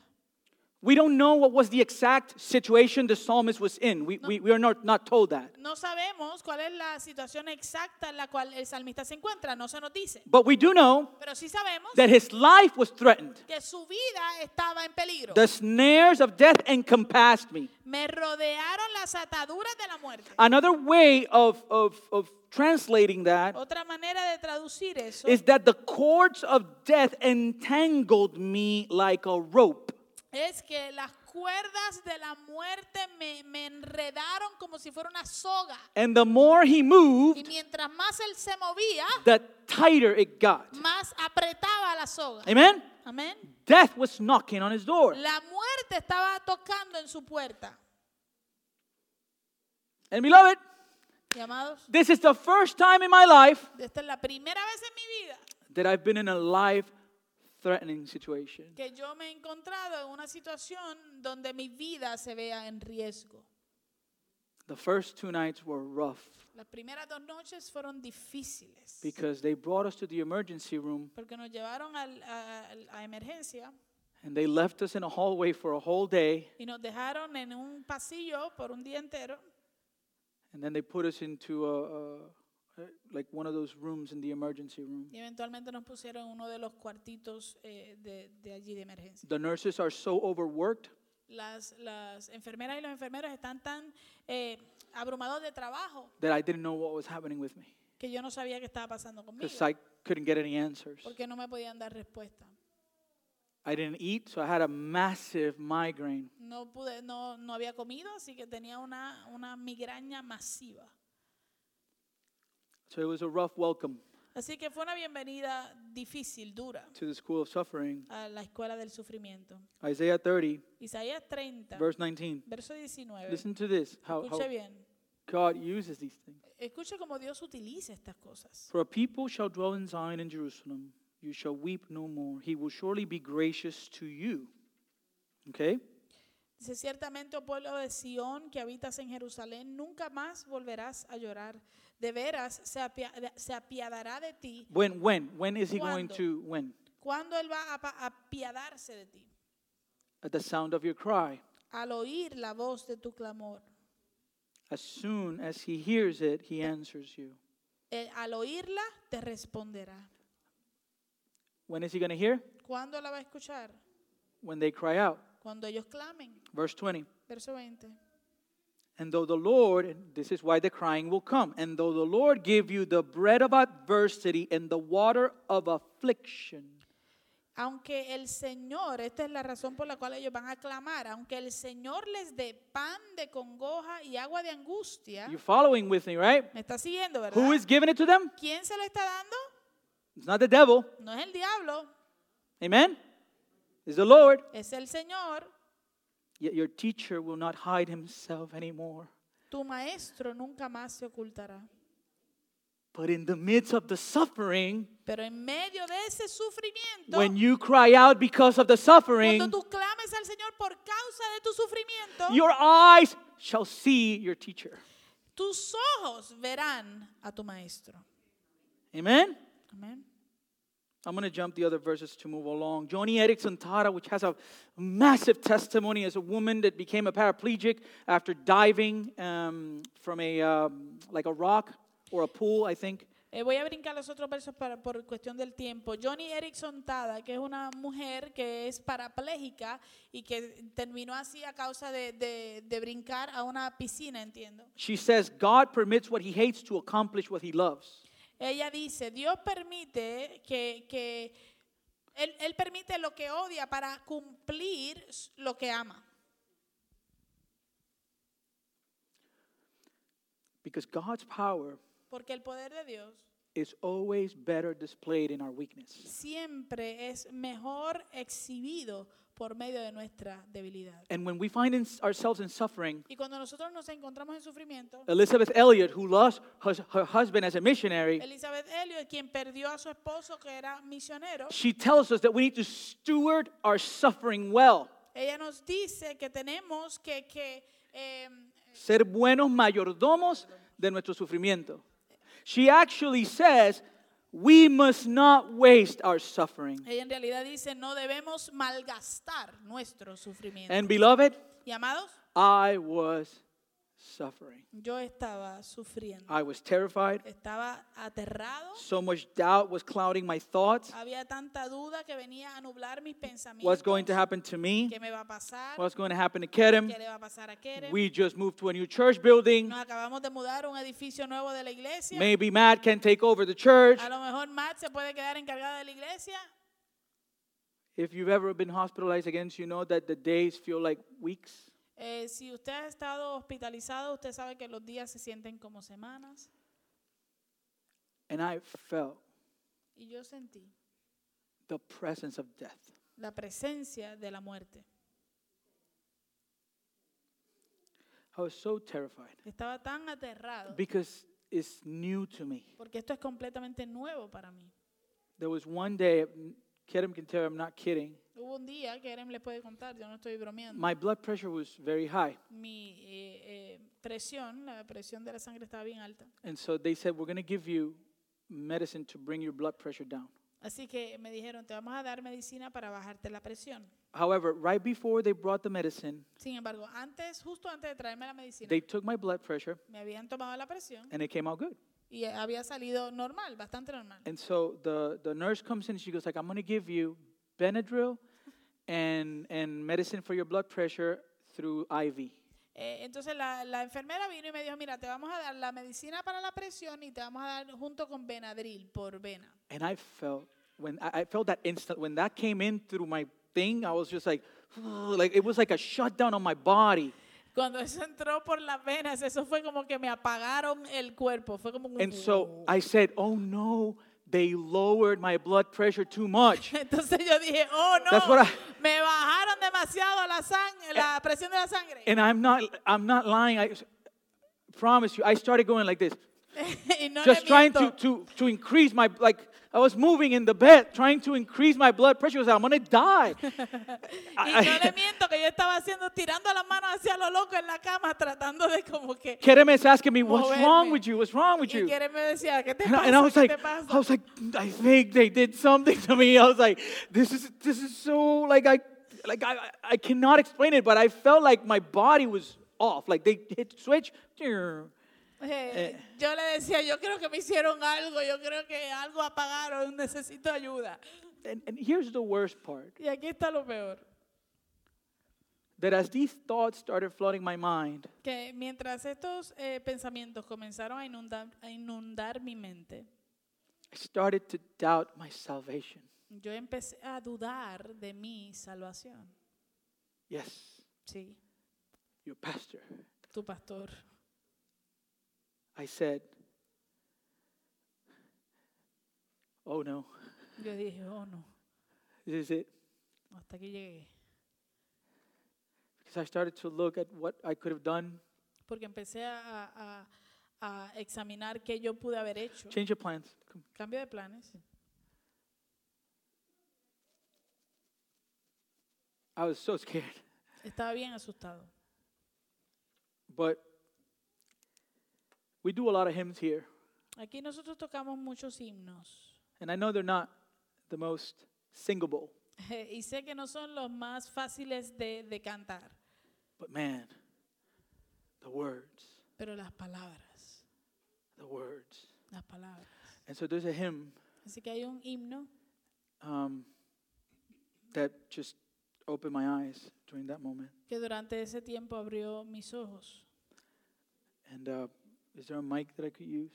Speaker 1: We don't know what was the exact situation the psalmist was in. We, we, we are not, not told that.
Speaker 2: No sabemos cuál es la situación exacta en la cual el salmista se encuentra, no se nos dice.
Speaker 1: But we do know
Speaker 2: Pero sí sabemos
Speaker 1: that his life was threatened.
Speaker 2: que su vida estaba en peligro.
Speaker 1: The snares of death encompassed me.
Speaker 2: Me rodearon las ataduras de la muerte.
Speaker 1: Another way of, of, of translating that
Speaker 2: Otra manera de traducir eso
Speaker 1: is that the cords of death entangled me like a rope.
Speaker 2: es que las cuerdas de la muerte me, me enredaron como si fuera una soga.
Speaker 1: And the more he
Speaker 2: Y
Speaker 1: moved,
Speaker 2: mientras más él se movía,
Speaker 1: the tighter it got.
Speaker 2: más apretaba la soga.
Speaker 1: Amen?
Speaker 2: Amén.
Speaker 1: Death was knocking on his door.
Speaker 2: La muerte estaba tocando en su puerta.
Speaker 1: And beloved,
Speaker 2: Y, amados,
Speaker 1: this is the first time in my life
Speaker 2: esta es la primera vez en mi vida
Speaker 1: that I've been in a life threatening situation.
Speaker 2: que yo me he encontrado en una situación donde mi vida se vea en riesgo.
Speaker 1: The first two nights were rough
Speaker 2: Las primeras dos noches fueron difíciles
Speaker 1: because they brought us to the emergency room
Speaker 2: porque nos llevaron al- a- a- a emergencia
Speaker 1: and they left us in a hallway for a whole day.
Speaker 2: y nos dejaron en un pasillo por un día entero
Speaker 1: And then they put us into a, a like one of those rooms in the emergency room.
Speaker 2: y eventualmente nos pusieron en uno de los cuartitos eh, de, de allí de emergencia.
Speaker 1: The nurses are so overworked
Speaker 2: Las, las enfermeras y los enfermeros están tan eh, abrumados de trabajo
Speaker 1: that I didn't know what was happening with me
Speaker 2: que yo no sabía qué estaba pasando conmigo
Speaker 1: because I couldn't get any answers.
Speaker 2: porque no me podían dar respuesta.
Speaker 1: I didn't eat, so I had a massive migraine.
Speaker 2: No, pude, no, no había comido, así que tenía una, una migraña masiva.
Speaker 1: So it was a rough welcome.
Speaker 2: Así que fue una bienvenida difícil, dura,
Speaker 1: to the school of suffering.
Speaker 2: a la escuela del sufrimiento.
Speaker 1: Isaiah 30,
Speaker 2: Isaías 30,
Speaker 1: verse 19.
Speaker 2: verso 19.
Speaker 1: Listen to this how, how
Speaker 2: Escuche bien.
Speaker 1: God uses these things.
Speaker 2: Escuche cómo Dios utiliza estas cosas.
Speaker 1: For a people shall dwell in Zion and Jerusalem. You shall weep no more. He will surely be gracious to you. Okay?
Speaker 2: Dice, ciertamente, oh pueblo de Sión, que habitas en Jerusalén, nunca más volverás a llorar. De veras, se, apia- se apiadará de ti.
Speaker 1: When, when, when is he going
Speaker 2: ¿Cuándo?
Speaker 1: to, when?
Speaker 2: ¿Cuándo Él va a pa- apiadarse de ti?
Speaker 1: At the sound of your cry.
Speaker 2: Al oír la voz de tu clamor.
Speaker 1: As soon as he hears it, he answers you.
Speaker 2: Él, eh, al oírla, te responderá.
Speaker 1: When is he going to hear?
Speaker 2: ¿Cuándo la va a escuchar?
Speaker 1: When they cry out.
Speaker 2: Cuando ellos clamen.
Speaker 1: Verse 20.
Speaker 2: Verso 20.
Speaker 1: And though the Lord, and this is why the crying will come, and though the Lord give you the bread of adversity and the water of affliction,
Speaker 2: Aunque el Señor, esta es la razón por la cual ellos van a clamar, aunque el Señor les dé pan de congoja y agua de angustia,
Speaker 1: you're following with me, right?
Speaker 2: me está siguiendo, ¿verdad?
Speaker 1: Who is giving it to them?
Speaker 2: ¿Quién se lo está dando?
Speaker 1: It's not the devil.
Speaker 2: No es el diablo,
Speaker 1: Amen? It's the Lord.
Speaker 2: es el Señor.
Speaker 1: Yet your teacher will not hide himself anymore.
Speaker 2: Tu maestro nunca más se ocultará.
Speaker 1: But in the midst of the suffering,
Speaker 2: Pero en medio de ese sufrimiento,
Speaker 1: when you cry out because of the
Speaker 2: cuando
Speaker 1: suffering,
Speaker 2: tú clames al Señor por causa de tu sufrimiento,
Speaker 1: your eyes shall see your teacher.
Speaker 2: tus ojos verán a tu maestro.
Speaker 1: Amen?
Speaker 2: Amén.
Speaker 1: I'm going to jump the other verses to move along. Joni Erickson Tara, which has a massive testimony as a woman that became a paraplegic after diving um, from a um, like a rock or a pool, I think.
Speaker 2: Eh, voy a brincar los otros versos para- por cuestión del tiempo. Johnny Erickson Tada, que es una mujer que es parapléjica y que terminó así a causa de, de- de brincar a una piscina, entiendo.
Speaker 1: She says, "God permits what He hates to accomplish what He loves."
Speaker 2: Ella dice, Dios permite que, que él, Él permite lo que odia para cumplir s- lo que ama.
Speaker 1: Because God's power
Speaker 2: Porque el poder de Dios
Speaker 1: is always better displayed in our weakness.
Speaker 2: siempre es mejor exhibido por medio de nuestra debilidad.
Speaker 1: And when we find in- ourselves in suffering,
Speaker 2: Y cuando nosotros nos encontramos en sufrimiento,
Speaker 1: Elizabeth Elliot, who lost her, her husband as a missionary,
Speaker 2: Elizabeth Elliot, quien perdió a su esposo que era misionero,
Speaker 1: she tells us that we need to steward our suffering well.
Speaker 2: ella nos dice que tenemos que, que em,
Speaker 1: ser buenos mayordomos de nuestro sufrimiento. She actually says, we must not waste our suffering.
Speaker 2: ella en realidad dice no debemos malgastar nuestro sufrimiento.
Speaker 1: And beloved,
Speaker 2: y amados,
Speaker 1: I was suffering.
Speaker 2: yo estaba sufriendo,
Speaker 1: I was terrified.
Speaker 2: estaba aterrado,
Speaker 1: So much doubt was clouding my thoughts.
Speaker 2: había tanta duda que venía a nublar mis pensamientos.
Speaker 1: What's going to happen to me?
Speaker 2: ¿Qué me va a pasar?
Speaker 1: What's going to happen to Kerem?
Speaker 2: ¿Qué le va a pasar a Kerem?
Speaker 1: We just moved to a new church building.
Speaker 2: Nos acabamos de mudar a un edificio nuevo de la iglesia.
Speaker 1: Maybe Matt can take over the church.
Speaker 2: A lo mejor Matt se puede quedar encargada de la iglesia.
Speaker 1: If you've ever been hospitalized against, you know that the days feel like weeks.
Speaker 2: Eh, si usted ha estado hospitalizado, usted sabe que los días se sienten como semanas.
Speaker 1: And I felt
Speaker 2: Y yo sentí
Speaker 1: the presence of death.
Speaker 2: la presencia de la muerte.
Speaker 1: I was so terrified
Speaker 2: Estaba tan aterrado
Speaker 1: because it's new to me.
Speaker 2: porque esto es completamente nuevo para mí.
Speaker 1: There was one day, Kerem can tell I'm not kidding,
Speaker 2: Hubo un día que Erem les puede contar, yo no estoy bromeando.
Speaker 1: my blood pressure was very high.
Speaker 2: Mi eh, eh, presión, la presión de la sangre estaba bien alta.
Speaker 1: And so they said, We're going to give you medicine to bring your blood pressure down.
Speaker 2: Así que me dijeron, te vamos a dar medicina para bajarte la presión.
Speaker 1: However, right before they brought the medicine,
Speaker 2: Sin embargo, antes, justo antes de traerme la medicina,
Speaker 1: they took my blood pressure
Speaker 2: me habían tomado la presión
Speaker 1: and it came out good.
Speaker 2: y había salido normal, bastante normal.
Speaker 1: And so the, the nurse comes in, she goes like, I'm going to give you Benadryl and, and medicine for your blood pressure through IV.
Speaker 2: Eh, entonces la, la enfermera vino y me dijo, mira, te vamos a dar la medicina para la presión y te vamos a dar junto con Benadryl por vena.
Speaker 1: And I felt when I, I felt that instant when that came in through my thing, I was just like, like it was like a shutdown on my body.
Speaker 2: Cuando eso entró por las venas, eso fue como que me apagaron el cuerpo, fue como un...
Speaker 1: And so I said, "Oh no, They lowered my blood pressure too much.
Speaker 2: Entonces yo dije, oh
Speaker 1: That's what
Speaker 2: no,
Speaker 1: I- Eh,
Speaker 2: me bajaron demasiado la, sang- la presión de la sangre.
Speaker 1: And I'm not, I'm not lying. I s- promise you, I started going like this,
Speaker 2: y no le
Speaker 1: just trying to,
Speaker 2: miento.
Speaker 1: to, to increase my, like, I was moving in the bed, trying to increase my blood pressure. I was like, I'm going to die.
Speaker 2: y
Speaker 1: I-
Speaker 2: no le
Speaker 1: I-
Speaker 2: miento que yo estaba haciendo, tirando las manos hacia lo loco en la cama, tratando de como que...
Speaker 1: Kerem is asking me, what's wrong
Speaker 2: Moverme.
Speaker 1: with you? What's wrong with
Speaker 2: Y
Speaker 1: you?
Speaker 2: Keren me decía, ¿qué te
Speaker 1: And
Speaker 2: pasa?
Speaker 1: I, and I was
Speaker 2: ¿Qué
Speaker 1: like,
Speaker 2: te pasa?
Speaker 1: I was like, I think they did something to me. I was like, this is this is so like I like I I- I cannot explain it, but I felt like my body was off. Like they hit switch.
Speaker 2: Eh, yo le decía, yo creo que me hicieron algo, yo creo que algo apagaron, necesito ayuda.
Speaker 1: And, and here's the worst part:
Speaker 2: Y aquí está lo peor,
Speaker 1: that as these thoughts started flooding my mind,
Speaker 2: que mientras estos eh, pensamientos comenzaron a inundar, a inundar mi mente,
Speaker 1: I started to doubt my salvation.
Speaker 2: yo empecé a dudar de mi salvación.
Speaker 1: Yes,
Speaker 2: Sí,
Speaker 1: your pastor.
Speaker 2: tu pastor.
Speaker 1: I said, Oh no,
Speaker 2: Yo dije, oh no,
Speaker 1: this is it.
Speaker 2: hasta aquí llegué.
Speaker 1: Because I started to look at what I could have done,
Speaker 2: Porque empecé a, a- a- a examinar qué yo pude haber hecho.
Speaker 1: change of plans.
Speaker 2: Cambio de planes.
Speaker 1: I was so scared.
Speaker 2: Estaba bien asustado.
Speaker 1: But we do a lot of hymns here,
Speaker 2: Aquí nosotros tocamos muchos himnos.
Speaker 1: and I know they're not the most singable,
Speaker 2: Y sé que no son los más fáciles de, de cantar,
Speaker 1: but man, the words,
Speaker 2: pero las palabras,
Speaker 1: the words.
Speaker 2: las palabras.
Speaker 1: And so there's a hymn
Speaker 2: Así que hay un himno
Speaker 1: um, that just opened my eyes during that moment.
Speaker 2: que durante ese tiempo abrió mis ojos.
Speaker 1: And uh, is there a mic that I could use?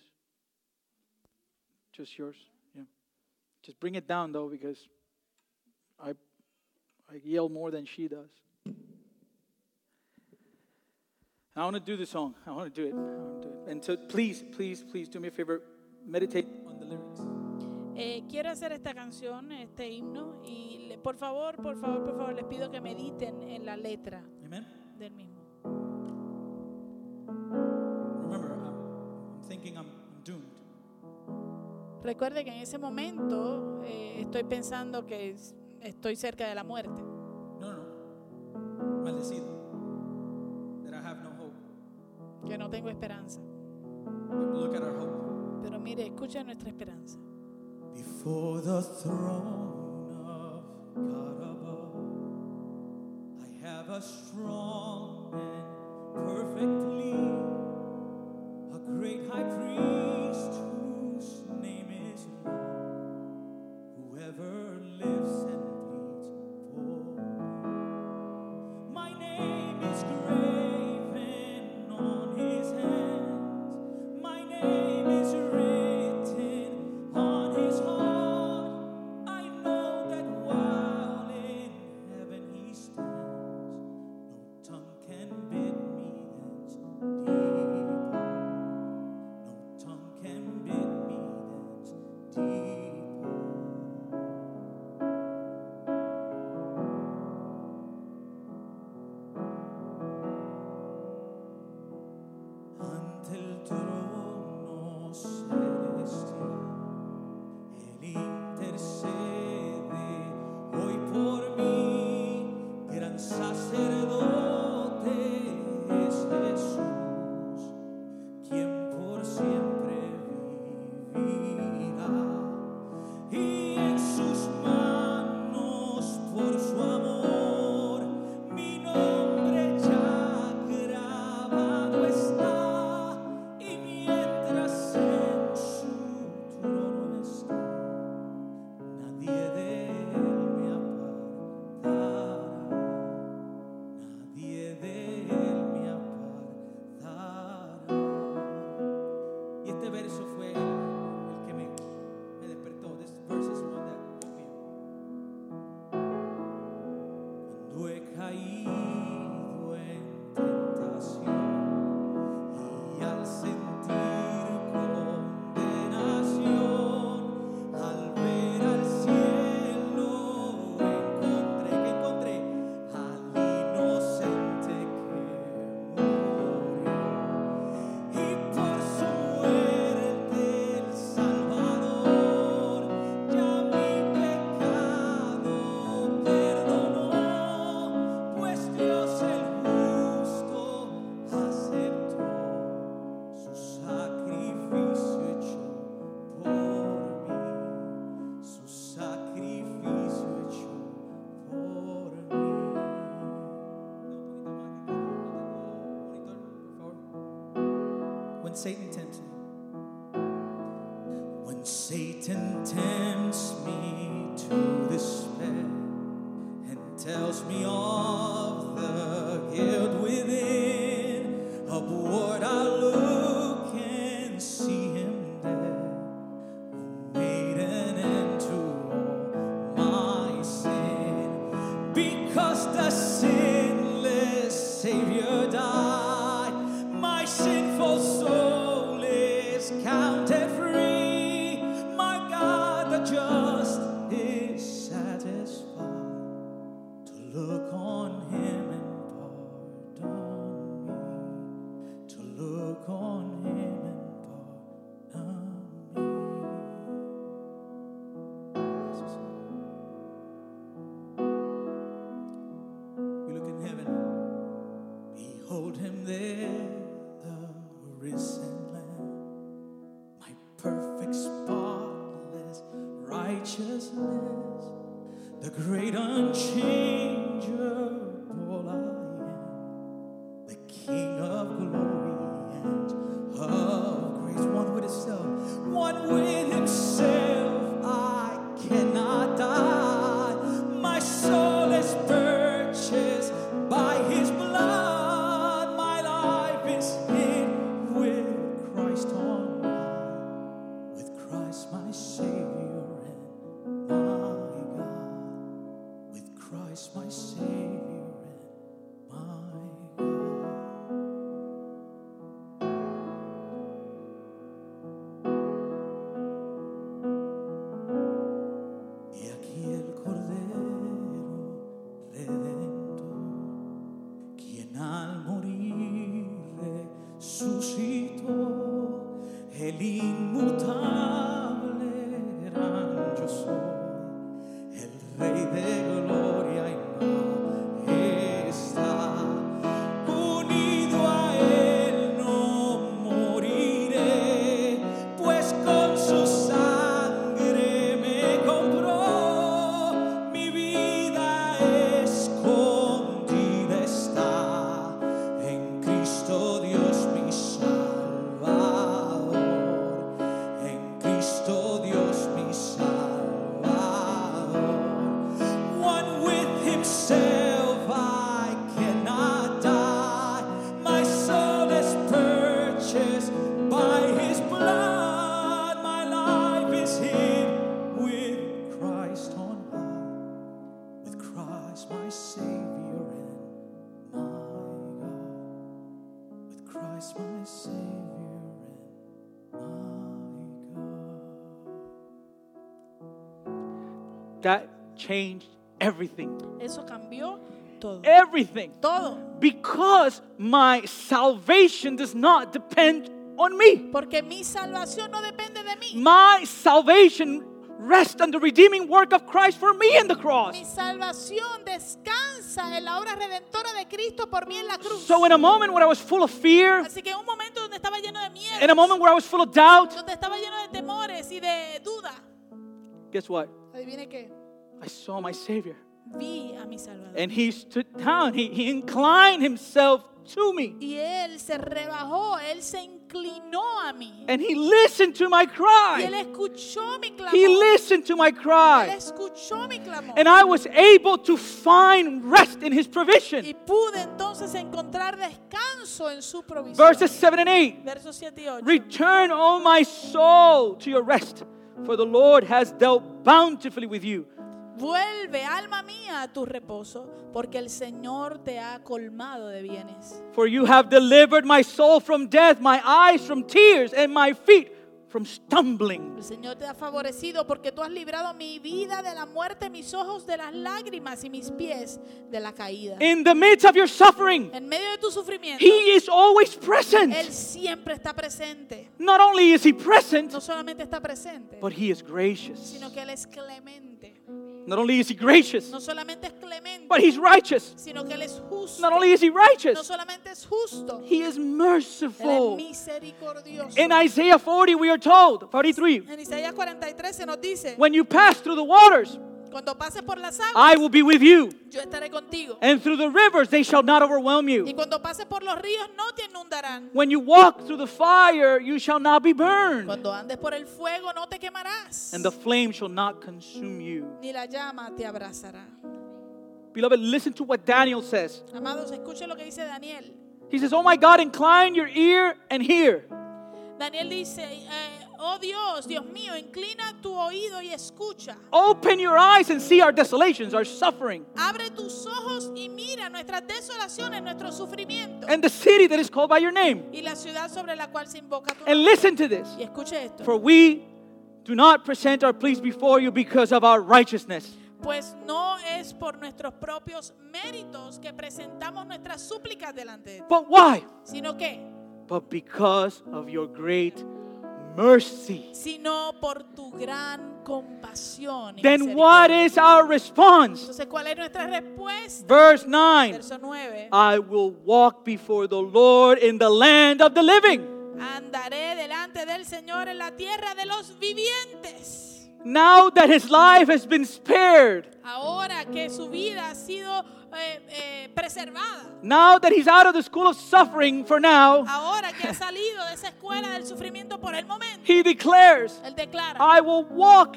Speaker 1: Just yours? Yeah. Just bring it down though, because I I yell more than she does. I want to do the song. I want to do it. I want to do it. And so please, please, please do me a favor. Meditate on the lyrics.
Speaker 2: Eh, quiero hacer esta canción, este himno, y le- por favor, por favor, por favor, les pido que mediten en la letra
Speaker 1: Amen.
Speaker 2: del mismo.
Speaker 1: Remember, I'm, I'm thinking I'm, I'm doomed.
Speaker 2: Recuerde que en ese momento eh, estoy pensando que es- estoy cerca de la muerte.
Speaker 1: No, no. Maldecido. That I have no hope.
Speaker 2: que no tengo esperanza.
Speaker 1: But look at our hope.
Speaker 2: Pero mire, escucha nuestra esperanza.
Speaker 3: Before the throne of God above, I have a strong and perfect lead, a great high priest whose name is love. Whoever lives and bleeds for me. my name is graven on his hands. My name is written on his heart. I know that while in heaven he stands, no tongue can bid me hence,
Speaker 1: este pues when Satan tempts me. When Satan tempts me to despair and tells me of the guilt within, upward I look and see him there, who made an end to all my sin, because the sinless Savior died, my sinful soul is counted free. My God, the just is satisfied to look on him and pardon me, to look on him and pardon me. We look in heaven, behold him there, the risen Lamb, my perfect, spotless righteousness the great unchangeable I am, the King of glory and of grace, one with Himself, one with Himself. I cannot die. My soul is purchased by His blood. My life is hid with Christ on high, with Christ my Savior and my God with Christ my Savior and my God. Y aquí el Cordero Redentor, quien al morir resucitó, el inmutable gran yo soy el Rey de gloria y majestad. Unido a Él no moriré, pues con su sangre me compró. Mi vida escondida está en Cristo Dios mi Salvador. En Cristo Dios mi Salvador, one with Himself I cannot die. My soul is purchased by His blood. My life is hid with Christ on high, with Christ my Savior and my God, with Christ my Savior and.
Speaker 4: That changed everything.
Speaker 2: Eso cambió todo.
Speaker 1: Eh,
Speaker 4: Everything.
Speaker 2: Todo.
Speaker 4: Because my salvation does not depend on me.
Speaker 2: Porque mi salvación no depende de mí.
Speaker 4: My salvation rests on the redeeming work of Christ for me in the cross.
Speaker 2: Mi salvación descansa en la obra redentora de Cristo por mí en la cruz.
Speaker 4: So in a moment when I was full of fear,
Speaker 2: Así que en un momento donde estaba lleno de miedo,
Speaker 4: in a moment where I was full of doubt,
Speaker 2: donde estaba lleno de temores y de duda,
Speaker 4: guess what?
Speaker 2: adivine qué,
Speaker 4: I saw my Savior.
Speaker 2: vi a mi Salvador.
Speaker 4: And he stood down. He, he inclined himself to me.
Speaker 2: y él se rebajó, él se inclinó a mí.
Speaker 4: And he listened to my
Speaker 2: y él
Speaker 4: cry.
Speaker 2: escuchó mi clamor.
Speaker 4: He listened to my
Speaker 2: él
Speaker 4: cry.
Speaker 2: escuchó mi clamor.
Speaker 4: And I was able to find rest in his provision.
Speaker 2: y pude entonces encontrar descanso en su provisión.
Speaker 4: Verses 7 and 8.
Speaker 2: Versos 7 y 8.
Speaker 4: Return, O my soul, to your rest, for the Lord has dealt bountifully with you.
Speaker 2: Vuelve, alma mía, a tu reposo, porque el Señor te ha colmado de bienes.
Speaker 4: For you have delivered my soul from death, my eyes from tears, and my feet from stumbling.
Speaker 2: El Señor te ha favorecido porque tú has librado mi vida de la muerte, mis ojos de las lágrimas y mis pies de la caída.
Speaker 4: In the midst of your suffering,
Speaker 2: En medio de tu sufrimiento,
Speaker 4: He is always
Speaker 2: Él
Speaker 4: present.
Speaker 2: siempre está presente.
Speaker 4: Not only is He present,
Speaker 2: No solamente está presente,
Speaker 4: but He is gracious.
Speaker 2: sino que Él es clemente.
Speaker 4: Not only is He gracious,
Speaker 2: No solamente es clemente,
Speaker 4: but He's righteous.
Speaker 2: sino que Él es justo.
Speaker 4: Not only is He
Speaker 2: No
Speaker 4: righteous,
Speaker 2: solamente es justo,
Speaker 4: He is
Speaker 2: Él es
Speaker 4: merciful.
Speaker 2: misericordioso.
Speaker 4: In Isaiah 40, we are told, 43,
Speaker 2: En Isaías 43 se nos dice,
Speaker 4: when you pass through the waters,
Speaker 2: Cuando pases por las aguas,
Speaker 1: I will be with you.
Speaker 2: yo estaré contigo.
Speaker 1: And through the rivers, they shall not overwhelm
Speaker 2: Y
Speaker 1: you.
Speaker 2: cuando pases por los ríos, no te inundarán.
Speaker 1: When you walk through the fire, you shall not be burned.
Speaker 2: Cuando andes por el fuego, no te quemarás.
Speaker 1: And the flame shall not consume you.
Speaker 2: Ni la llama te abrazará.
Speaker 1: Beloved, listen to what Daniel says.
Speaker 2: Amados, escuchen lo que dice Daniel.
Speaker 1: He says, Oh my God, incline your ear and hear.
Speaker 2: Daniel dice, eh, oh Dios, Dios mío, inclina tu oído y escucha.
Speaker 1: Open your eyes and see our desolations, our suffering,
Speaker 2: Abre tus ojos y mira nuestras desolaciones, nuestro sufrimiento
Speaker 1: and the city that is called by your name.
Speaker 2: y la ciudad sobre la cual se invoca tu
Speaker 1: And
Speaker 2: nombre.
Speaker 1: listen to this.
Speaker 2: Y escuche esto.
Speaker 1: For we do not present our pleas before you because of our righteousness,
Speaker 2: Pues no es por nuestros propios méritos que presentamos nuestras súplicas delante de ti,
Speaker 1: but why?
Speaker 2: sino que,
Speaker 1: But because of your great mercy.
Speaker 2: sino por tu gran compasión. y
Speaker 1: Then
Speaker 2: misericordia.
Speaker 1: what is our response?
Speaker 2: Entonces, ¿cuál es nuestra respuesta?
Speaker 1: Verse 9
Speaker 2: Verso 9.
Speaker 1: I will walk before the Lord in the land of the living.
Speaker 2: Andaré delante del Señor en la tierra de los vivientes.
Speaker 1: Now that his life has been spared,
Speaker 2: Ahora que su vida ha sido eh, eh, preservada,
Speaker 1: now that he's out of the school of suffering for now,
Speaker 2: ahora que ha salido de esa escuela del sufrimiento por el momento,
Speaker 1: he declares,
Speaker 2: él declara,
Speaker 1: I will walk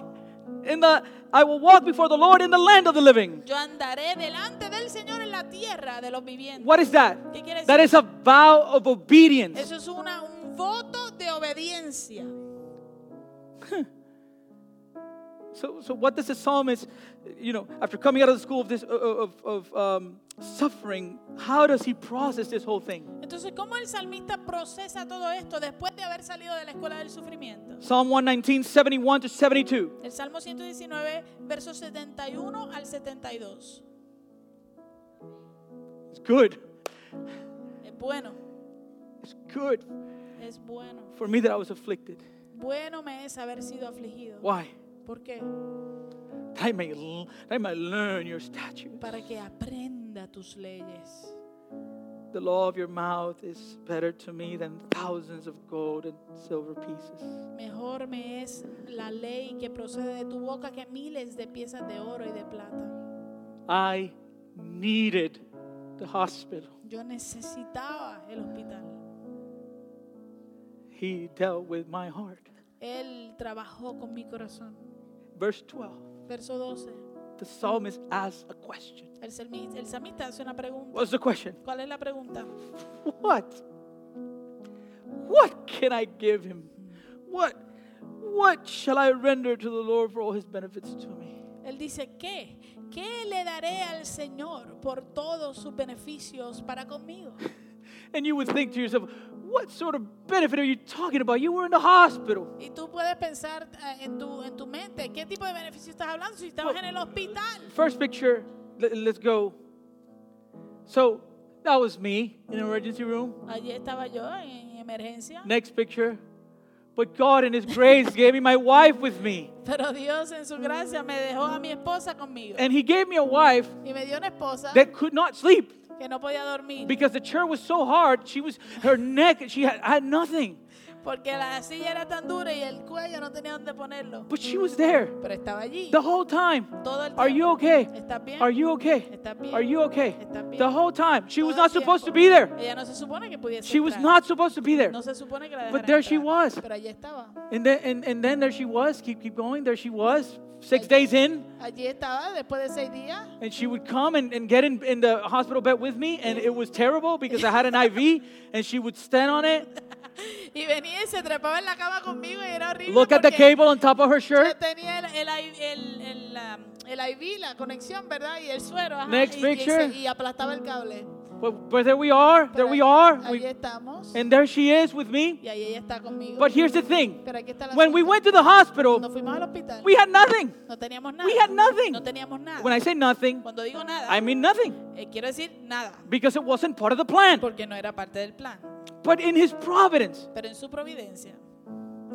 Speaker 1: in the I will walk before the Lord in the land of the living.
Speaker 2: yo andaré delante del Señor en la tierra de los vivientes.
Speaker 1: What is that?
Speaker 2: ¿Qué quiere decir?
Speaker 1: That is a vow of obedience.
Speaker 2: Eso es una, un voto de obediencia.
Speaker 1: So, so what does the psalmist, you know, after coming out of the school of this of, of um, suffering, how does he process this whole thing?
Speaker 2: Entonces, ¿cómo el salmista procesa todo esto después de haber salido de la escuela del sufrimiento?
Speaker 1: Psalm 119, 71 to 72.
Speaker 2: El Salmo 119, versos 71 al 72.
Speaker 1: It's good.
Speaker 2: Es bueno,
Speaker 1: It's good
Speaker 2: es bueno.
Speaker 1: for me that I was afflicted.
Speaker 2: Bueno me es haber sido afligido.
Speaker 1: Why?
Speaker 2: ¿Por qué?
Speaker 1: That I may, l- that I may learn your statutes.
Speaker 2: Para que aprenda tus leyes.
Speaker 1: The law of your mouth is better to me than thousands of gold and silver pieces.
Speaker 2: Mejor me es la ley que procede de tu boca que miles de piezas de oro y de plata.
Speaker 1: I needed the hospital.
Speaker 2: Yo necesitaba el hospital.
Speaker 1: He dealt with my heart.
Speaker 2: Él trabajó con mi corazón.
Speaker 1: Verse 12.
Speaker 2: Verso 12.
Speaker 1: The psalmist asks a question.
Speaker 2: El, salmi- el salmista hace una pregunta.
Speaker 1: What's the question?
Speaker 2: ¿Cuál es la pregunta?
Speaker 1: What? What can I give him? What what shall I render to the Lord for all his benefits to me?
Speaker 2: Él dice, ¿qué? ¿Qué le daré al Señor por todos sus beneficios para conmigo?
Speaker 1: And you would think to yourself, what sort of benefit are you talking about? You were in the hospital.
Speaker 2: Y tú puedes pensar eh, en tu, en tu mente, ¿qué tipo de beneficio estás hablando si estabas en el hospital?
Speaker 1: First picture, let, let's go. So that was me in an emergency room.
Speaker 2: Allí estaba yo en emergencia,
Speaker 1: Next picture. But God in His grace gave me my wife with me.
Speaker 2: pero Dios en su gracia me dejó a mi esposa conmigo.
Speaker 1: And He gave me a wife
Speaker 2: Y me dio una esposa
Speaker 1: that could not sleep
Speaker 2: que no podía dormir
Speaker 1: because the chair was so hard. She was, her neck, she had, had nothing.
Speaker 2: porque la silla era tan dura y el cuello no tenía dónde ponerlo.
Speaker 1: But she was there
Speaker 2: Pero estaba allí
Speaker 1: the whole time.
Speaker 2: todo el
Speaker 1: Are
Speaker 2: tiempo.
Speaker 1: you okay?
Speaker 2: ¿Estás bien?
Speaker 1: Are you okay?
Speaker 2: Está bien.
Speaker 1: Are you okay?
Speaker 2: Está bien.
Speaker 1: The whole time. She
Speaker 2: Todo
Speaker 1: was
Speaker 2: el
Speaker 1: not supposed to be
Speaker 2: tiempo.
Speaker 1: there.
Speaker 2: Ella no se supone que pudiese
Speaker 1: She was
Speaker 2: entrar.
Speaker 1: not supposed to be there.
Speaker 2: No se supone que la
Speaker 1: But
Speaker 2: dejaran
Speaker 1: there she
Speaker 2: entrar,
Speaker 1: was.
Speaker 2: Pero allí estaba.
Speaker 1: And then, and, and then there she was. Keep, keep going. There she was. Six days in.
Speaker 2: Allí estaba después de seis días.
Speaker 1: And she would come and, and get in, in the hospital bed with me, and it was terrible because I had an IV, and she would stand on it,
Speaker 2: Y venía y se trepaba en la cama conmigo y era horrible.
Speaker 1: look at the
Speaker 2: porque
Speaker 1: cable on top of her
Speaker 2: yo
Speaker 1: shirt.
Speaker 2: tenía el, el, I- el, el, um, el IV, la conexión, ¿verdad? Y el suero. ajá,
Speaker 1: Next
Speaker 2: y- y, se-
Speaker 1: picture.
Speaker 2: y aplastaba el cable.
Speaker 1: But, but there we are, there
Speaker 2: Pero
Speaker 1: we
Speaker 2: ahí-
Speaker 1: are,
Speaker 2: Ahí
Speaker 1: we,
Speaker 2: estamos.
Speaker 1: and there she is with me.
Speaker 2: y ahí ella está conmigo.
Speaker 1: But here's the thing
Speaker 2: Pero aquí está la
Speaker 1: when we went to the
Speaker 2: Cuando
Speaker 1: hospital,
Speaker 2: fuimos al hospital,
Speaker 1: we had nothing.
Speaker 2: no teníamos nada.
Speaker 1: We had nothing.
Speaker 2: No teníamos nada.
Speaker 1: When I say nothing,
Speaker 2: Cuando digo nada,
Speaker 1: I mean nothing
Speaker 2: eh, quiero decir nada.
Speaker 1: because it wasn't part of the plan.
Speaker 2: Porque no era parte del plan.
Speaker 1: But in His providence,
Speaker 2: Pero en su providencia,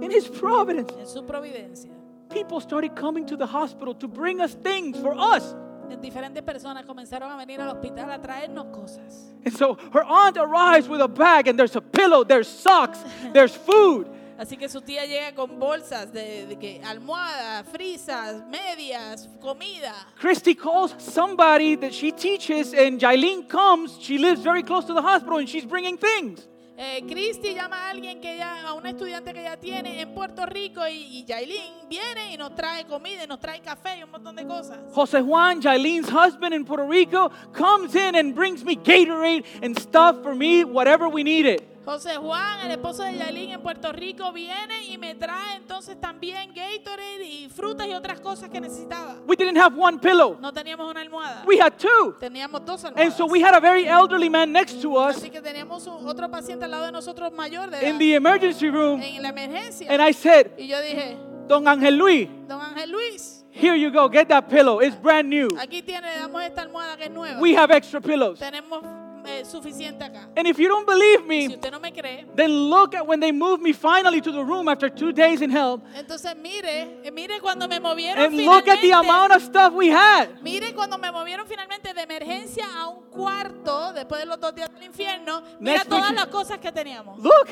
Speaker 1: in His providence,
Speaker 2: en su providencia,
Speaker 1: people started coming to the hospital to bring us things for us.
Speaker 2: diferentes personas comenzaron a venir al hospital a traernos cosas.
Speaker 1: And so her aunt arrives with a bag, and there's a pillow, there's socks, there's food.
Speaker 2: Así que su tía llega con bolsas de, de que almohadas, frisas, medias, comida.
Speaker 1: Christy calls somebody that she teaches, and Jailene comes. She lives very close to the hospital, and she's bringing things.
Speaker 2: Eh, Christy llama a alguien que ya, a una estudiante que ella tiene en Puerto Rico y, y Yailin viene y nos trae comida y nos trae café y un montón de cosas.
Speaker 1: Jose Juan, Jailene's husband in Puerto Rico, comes in and brings me Gatorade and stuff for me, whatever we needed.
Speaker 2: José Juan, el esposo de Yailin en Puerto Rico, viene y me trae entonces también Gatorade y frutas y otras cosas que necesitaba.
Speaker 1: We didn't have one pillow,
Speaker 2: No teníamos una almohada.
Speaker 1: we had two.
Speaker 2: teníamos dos
Speaker 1: And
Speaker 2: almohadas.
Speaker 1: so we had a very elderly man next to us
Speaker 2: Así que teníamos un- otro paciente al lado de nosotros mayor de
Speaker 1: in
Speaker 2: edad,
Speaker 1: the emergency room.
Speaker 2: en la emergencia.
Speaker 1: And I said,
Speaker 2: y yo dije,
Speaker 1: Don Angel Luis,
Speaker 2: don Ángel Luis,
Speaker 1: here you go, get that pillow. It's brand new.
Speaker 2: aquí tiene, le damos esta almohada que es nueva.
Speaker 1: We have extra pillows.
Speaker 2: tenemos eh, suficiente acá.
Speaker 1: And if you don't believe
Speaker 2: Si
Speaker 1: me,
Speaker 2: usted no me cree,
Speaker 1: then look at when they moved me finally to the room after two days in hell.
Speaker 2: entonces mire, eh, mire cuando me movieron
Speaker 1: And look at the
Speaker 2: finalmente-
Speaker 1: amount of stuff we had.
Speaker 2: Mire cuando me movieron finalmente de emergencia a un cuarto después de los dos días del infierno, mira
Speaker 1: Next
Speaker 2: todas
Speaker 1: picture.
Speaker 2: las cosas que teníamos.
Speaker 1: Look,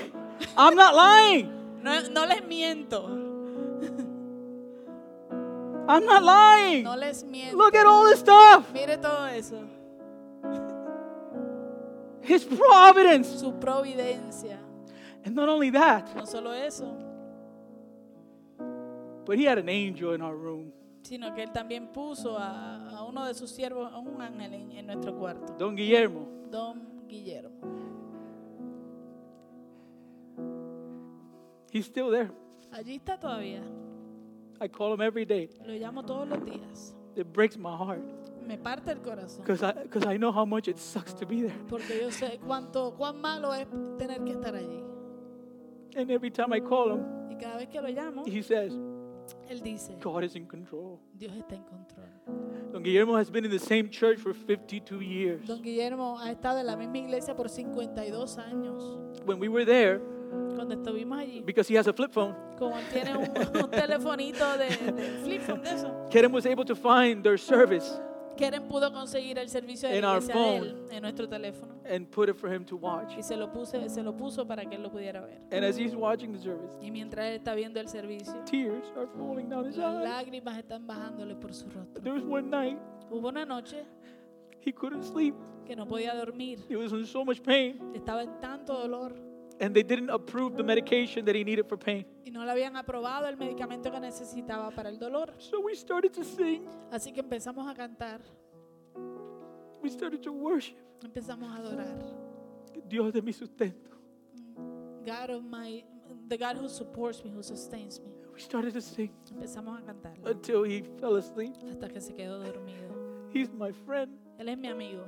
Speaker 1: I'm not lying.
Speaker 2: No, no les miento,
Speaker 1: I'm not lying.
Speaker 2: no les miento.
Speaker 1: Look at all this stuff.
Speaker 2: Mire todo eso,
Speaker 1: His providence.
Speaker 2: su providencia.
Speaker 1: And not only that,
Speaker 2: No solo eso,
Speaker 1: but he had an angel in our room.
Speaker 2: sino que él también puso a, a uno de sus siervos, a un ángel en, en nuestro cuarto,
Speaker 1: Don Guillermo.
Speaker 2: don Guillermo.
Speaker 1: He's still there.
Speaker 2: Allí está todavía,
Speaker 1: I call him every day.
Speaker 2: lo llamo todos los días.
Speaker 1: It breaks my heart
Speaker 2: Me parte el corazón.
Speaker 1: because I, cause I know how much it sucks to be there.
Speaker 2: Porque yo sé cuánto, cuán malo es tener que estar allí.
Speaker 1: And every time I call him,
Speaker 2: Y cada vez que lo llamo,
Speaker 1: he says,
Speaker 2: él dice,
Speaker 1: God is in control.
Speaker 2: Dios está en control.
Speaker 1: Don Guillermo has been in the same church for 52 years.
Speaker 2: Don Guillermo ha estado en la misma iglesia por 52 años.
Speaker 1: When we were there,
Speaker 2: Cuando estuvimos allí,
Speaker 1: because he has a flip phone,
Speaker 2: como él tiene un, un telefonito de, de flip phone de eso,
Speaker 1: Kerem was able to find their service
Speaker 2: Keren pudo conseguir el servicio de
Speaker 1: In
Speaker 2: la
Speaker 1: our
Speaker 2: iglesia de él en nuestro teléfono
Speaker 1: and put it for him to watch.
Speaker 2: y se lo puse, se lo puso para que él lo pudiera ver.
Speaker 1: And as he's watching the service,
Speaker 2: Y mientras él está viendo el servicio,
Speaker 1: tears are falling down his
Speaker 2: las
Speaker 1: eyes.
Speaker 2: lágrimas están bajándole por su rostro.
Speaker 1: There was one night
Speaker 2: Hubo una noche
Speaker 1: he couldn't sleep.
Speaker 2: que no podía dormir,
Speaker 1: He was in so much pain,
Speaker 2: estaba en tanto dolor
Speaker 1: and they didn't approve the medication that he needed for pain.
Speaker 2: y no le habían aprobado el medicamento que necesitaba para el dolor.
Speaker 1: So we started to sing.
Speaker 2: Así que empezamos a cantar,
Speaker 1: We started to worship.
Speaker 2: empezamos a adorar.
Speaker 1: Dios de mi sustento.
Speaker 2: God of my, the God who supports me, who sustains me.
Speaker 1: We started to sing
Speaker 2: Empezamos a cantarlo
Speaker 1: until he fell asleep.
Speaker 2: hasta que se quedó dormido.
Speaker 1: He's my friend.
Speaker 2: Él es mi amigo.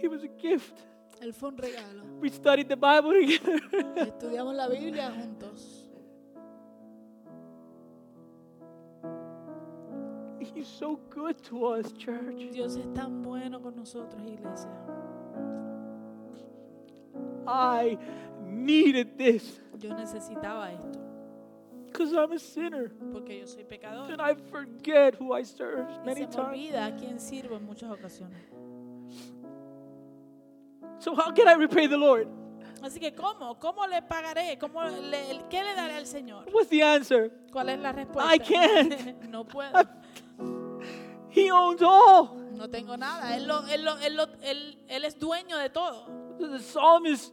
Speaker 1: He was a gift.
Speaker 2: Él fue un regalo.
Speaker 1: We studied the Bible together.
Speaker 2: Estudiamos la Biblia juntos.
Speaker 1: He's so good to us, church.
Speaker 2: Dios es tan bueno con nosotros, iglesia.
Speaker 1: I needed this
Speaker 2: Yo necesitaba esto
Speaker 1: because I'm a sinner
Speaker 2: porque yo soy pecador.
Speaker 1: and I forget who I serve
Speaker 2: Y
Speaker 1: many
Speaker 2: se me
Speaker 1: times.
Speaker 2: olvida a quién sirvo en muchas ocasiones.
Speaker 1: So, how can I repay the Lord?
Speaker 2: Así que, ¿cómo? ¿Cómo le pagaré? ¿Cómo le- ¿Qué le daré al Señor?
Speaker 1: What's the answer?
Speaker 2: ¿Cuál es la respuesta?
Speaker 1: I can't.
Speaker 2: no puedo.
Speaker 1: He owns all.
Speaker 2: No tengo nada. Él, lo- él, lo- él, lo- él- él es dueño de todo.
Speaker 1: The psalmist,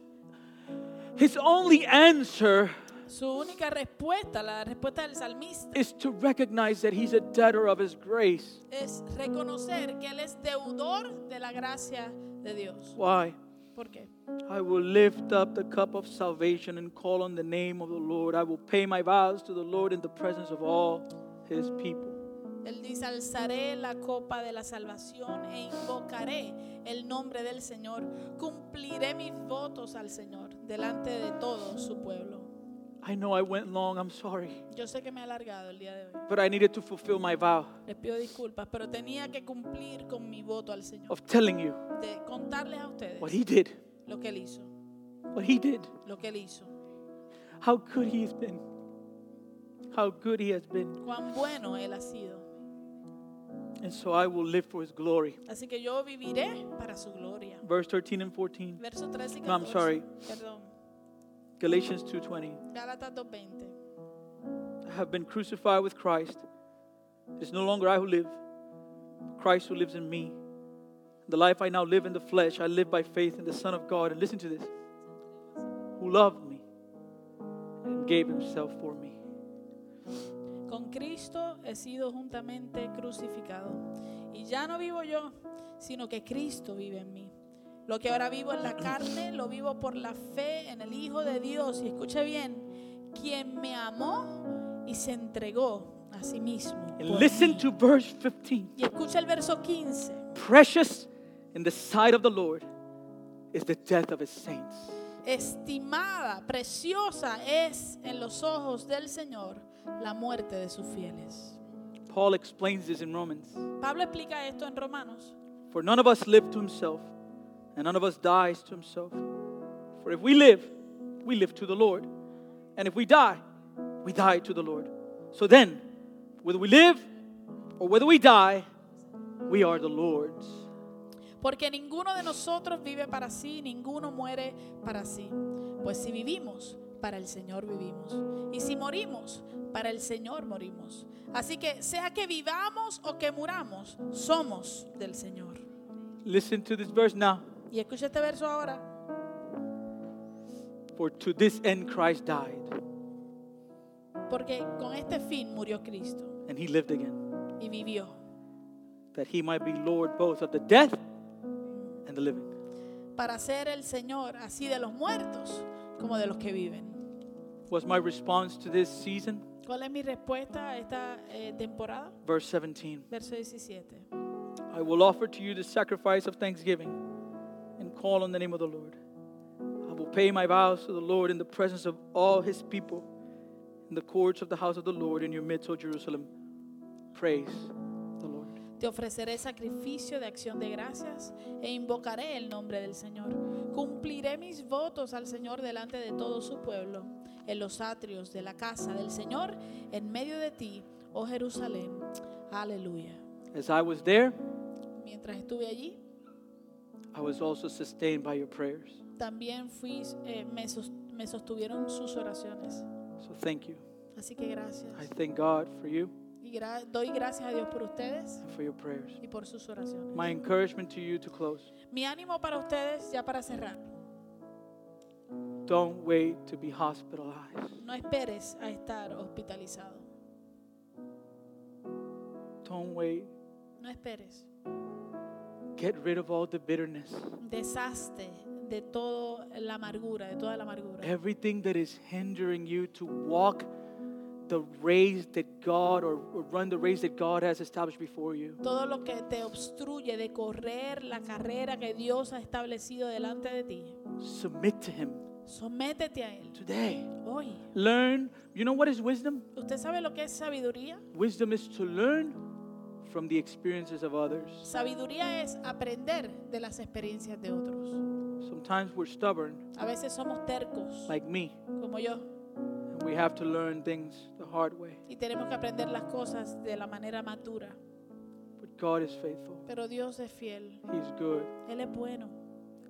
Speaker 1: his only answer
Speaker 2: Su única respuesta, la respuesta del salmista,
Speaker 1: is to recognize that he's a debtor of his grace.
Speaker 2: es reconocer que él es deudor de la gracia de Dios.
Speaker 1: Why?
Speaker 2: ¿Por qué?
Speaker 1: I will lift up the cup of salvation and call on the name of the Lord. I will pay my vows to the Lord in the presence of all his people.
Speaker 2: Él dice, alzaré la copa de la salvación e invocaré el nombre del Señor. Cumpliré mis votos al Señor delante de todo su pueblo.
Speaker 1: I know I went long, I'm sorry,
Speaker 2: Yo sé que me he alargado el día de hoy.
Speaker 1: but I needed to fulfill my vow
Speaker 2: Les pido disculpas, pero tenía que cumplir con mi voto al Señor.
Speaker 1: of telling you
Speaker 2: De contarles a ustedes
Speaker 1: what he did,
Speaker 2: lo que él hizo.
Speaker 1: what he did,
Speaker 2: Lo que él hizo.
Speaker 1: how good he has been, how good he has been.
Speaker 2: Cuán bueno él ha sido.
Speaker 1: And so I will live for his glory.
Speaker 2: Así que yo viviré para su gloria.
Speaker 1: Verse 13 and 14.
Speaker 2: Verso 13 y
Speaker 1: No, I'm
Speaker 2: 14.
Speaker 1: sorry.
Speaker 2: Perdón.
Speaker 1: Galatians 2:20.
Speaker 2: Gálatas 2.20.
Speaker 1: I have been crucified with Christ. It is no longer I who live, but Christ who lives in me. The life I now live in the flesh, I live by faith in the Son of God. And listen to this who loved me and gave himself for me.
Speaker 2: Con Cristo he sido juntamente crucificado. Y ya no vivo yo, sino que Cristo vive en mí. Lo que ahora vivo en la carne, lo vivo por la fe en el Hijo de Dios. Y escuche bien, quien me amó y se entregó a sí mismo.
Speaker 1: And
Speaker 2: por
Speaker 1: listen
Speaker 2: mí.
Speaker 1: to verse 15.
Speaker 2: Y escucha el verso 15.
Speaker 1: Precious in the sight of the Lord is the death of his saints.
Speaker 2: Estimada, preciosa es en los ojos del Señor la muerte de sus fieles.
Speaker 1: Paul explains this in Romans.
Speaker 2: Pablo explica esto en Romanos.
Speaker 1: For none of us live to himself, and none of us dies to himself. For if we live, we live to the Lord. And if we die, we die to the Lord. So then, whether we live or whether we die, we are the Lord's.
Speaker 2: Porque ninguno de nosotros vive para sí, ninguno muere para sí. Pues si vivimos, para el Señor vivimos. Y si morimos, para el Señor morimos. Así que sea que vivamos o que muramos, somos del Señor.
Speaker 1: Listen to this verse now.
Speaker 2: Y escucha este verso ahora.
Speaker 1: For to this end Christ died,
Speaker 2: Porque con este fin murió Cristo
Speaker 1: and he lived again,
Speaker 2: y vivió
Speaker 1: that he might be Lord both of the death and the living.
Speaker 2: para ser el Señor así de los muertos como de los que viven.
Speaker 1: Was my response to this season?
Speaker 2: ¿Cuál es mi respuesta a esta eh, temporada?
Speaker 1: Verse 17.
Speaker 2: Verso 17.
Speaker 1: I will offer to you the sacrifice of thanksgiving and call on the name of the Lord. I will pay my vows to the Lord in the presence of all his people, in the courts of the house of the Lord, in your midst, O Jerusalem. Praise the Lord.
Speaker 2: Te ofreceré sacrificio de acción de gracias e invocaré el nombre del Señor. Cumpliré mis votos al Señor delante de todo su pueblo, en los atrios de la casa del Señor, en medio de ti, oh Jerusalén. Aleluya.
Speaker 1: As I was there,
Speaker 2: Mientras estuve allí,
Speaker 1: I was also sustained by your prayers.
Speaker 2: también fui, eh, me, sos- me sostuvieron sus oraciones.
Speaker 1: So thank you.
Speaker 2: Así que gracias.
Speaker 1: I thank God for you
Speaker 2: Y gra- doy gracias a Dios por ustedes
Speaker 1: and for your prayers.
Speaker 2: y por sus oraciones.
Speaker 1: My encouragement to you to close
Speaker 2: Mi ánimo para ustedes, ya para cerrar,
Speaker 1: don't wait to be hospitalized,
Speaker 2: no esperes a estar hospitalizado.
Speaker 1: don't wait.
Speaker 2: No esperes.
Speaker 1: Get rid of all the bitterness,
Speaker 2: Deshazte de toda la amargura, de toda la amargura.
Speaker 1: everything that is hindering you to walk the race that God or, or run the race that God has established before you.
Speaker 2: Todo lo que te obstruye de correr la carrera que Dios ha establecido delante de ti.
Speaker 1: Submit to Him
Speaker 2: Sométete a Él
Speaker 1: today.
Speaker 2: hoy.
Speaker 1: Learn. You know what is wisdom?
Speaker 2: ¿Usted sabe lo que es sabiduría?
Speaker 1: Wisdom is to learn from the experiences of others.
Speaker 2: Sabiduría es aprender de las experiencias de otros.
Speaker 1: Sometimes we're stubborn,
Speaker 2: A veces somos tercos,
Speaker 1: like me,
Speaker 2: como yo,
Speaker 1: and we have to learn things the hard way.
Speaker 2: y tenemos que aprender las cosas de la manera madura.
Speaker 1: But God is faithful,
Speaker 2: Pero Dios es fiel,
Speaker 1: He's good.
Speaker 2: Él es bueno.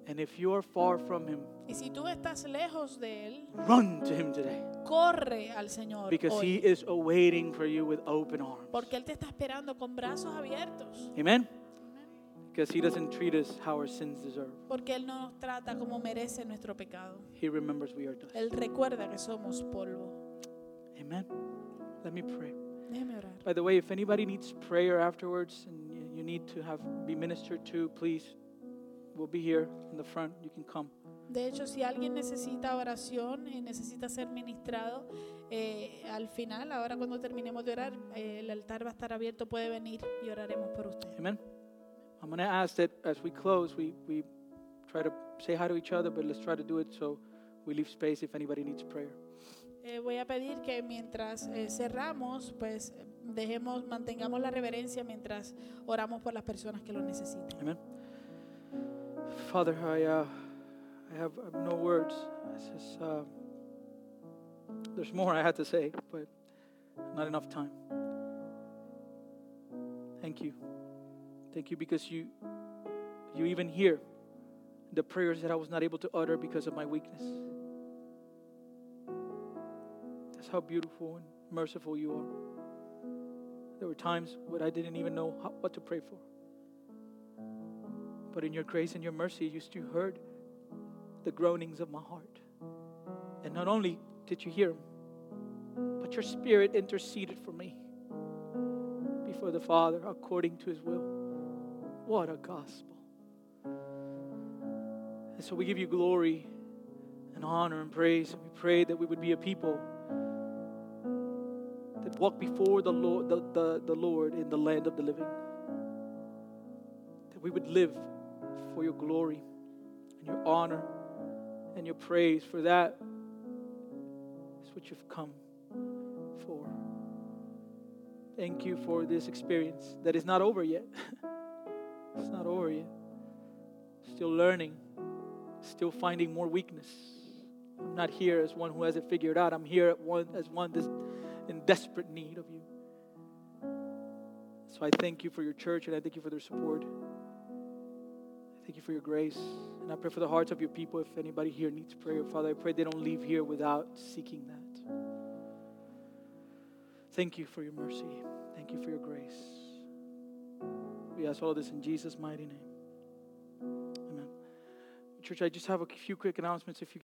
Speaker 1: And if you are far from Him,
Speaker 2: Y si tú estás lejos de Él,
Speaker 1: run to Him today
Speaker 2: corre al Señor
Speaker 1: because He
Speaker 2: hoy,
Speaker 1: is awaiting for you with open arms.
Speaker 2: porque Él te está esperando con brazos abiertos,
Speaker 1: Amen? Because he doesn't treat us how our sins deserve.
Speaker 2: porque Él no nos trata como merece nuestro pecado.
Speaker 1: He remembers we are dust.
Speaker 2: Él recuerda que somos polvo.
Speaker 1: Amen? Let me pray.
Speaker 2: Déjeme orar.
Speaker 1: By the way, if anybody needs prayer afterwards and you- you need to have be ministered to, please, we'll be here in the front. You can come.
Speaker 2: De hecho, si alguien necesita oración y necesita ser ministrado, eh, al final, ahora cuando terminemos de orar, eh, el altar va a estar abierto, puede venir y oraremos por usted.
Speaker 1: Amen? I'm going to ask that as we close, we, we try to say hi to each other, but let's try to do it so we leave space if anybody needs prayer.
Speaker 2: Eh, voy a pedir que mientras eh, cerramos, pues dejemos, mantengamos la reverencia mientras oramos por las personas que lo necesitan.
Speaker 1: Amen. Father, I, uh, I, have, I have no words. It's just, uh, there's more I had to say, but not enough time. Thank you. Thank you because you, you even hear the prayers that I was not able to utter because of my weakness. That's how beautiful and merciful you are. There were times when I didn't even know how, what to pray for. But in your grace and your mercy, you still heard the groanings of my heart. And not only did you hear 'em, but your spirit interceded for me before the Father according to his will. What a gospel. And so we give you glory and honor and praise. And we pray that we would be a people that walk before the Lord, the, the, the Lord in the land of the living. That we would live for your glory and your honor and your praise. For that is what you've come for. Thank you for this experience that is not over yet. it's not over yet. Still learning, still finding more weakness. I'm not here as one who has it figured out. I'm here at one, as one that's in desperate need of you. So I thank you for your church and I thank you for their support. I thank you for your grace. And I pray for the hearts of your people if anybody here needs prayer. Father, I pray they don't leave here without seeking that. Thank you for your mercy. Thank you for your grace. We ask all this in Jesus' mighty name. Amen. Church, I just have a few quick announcements if you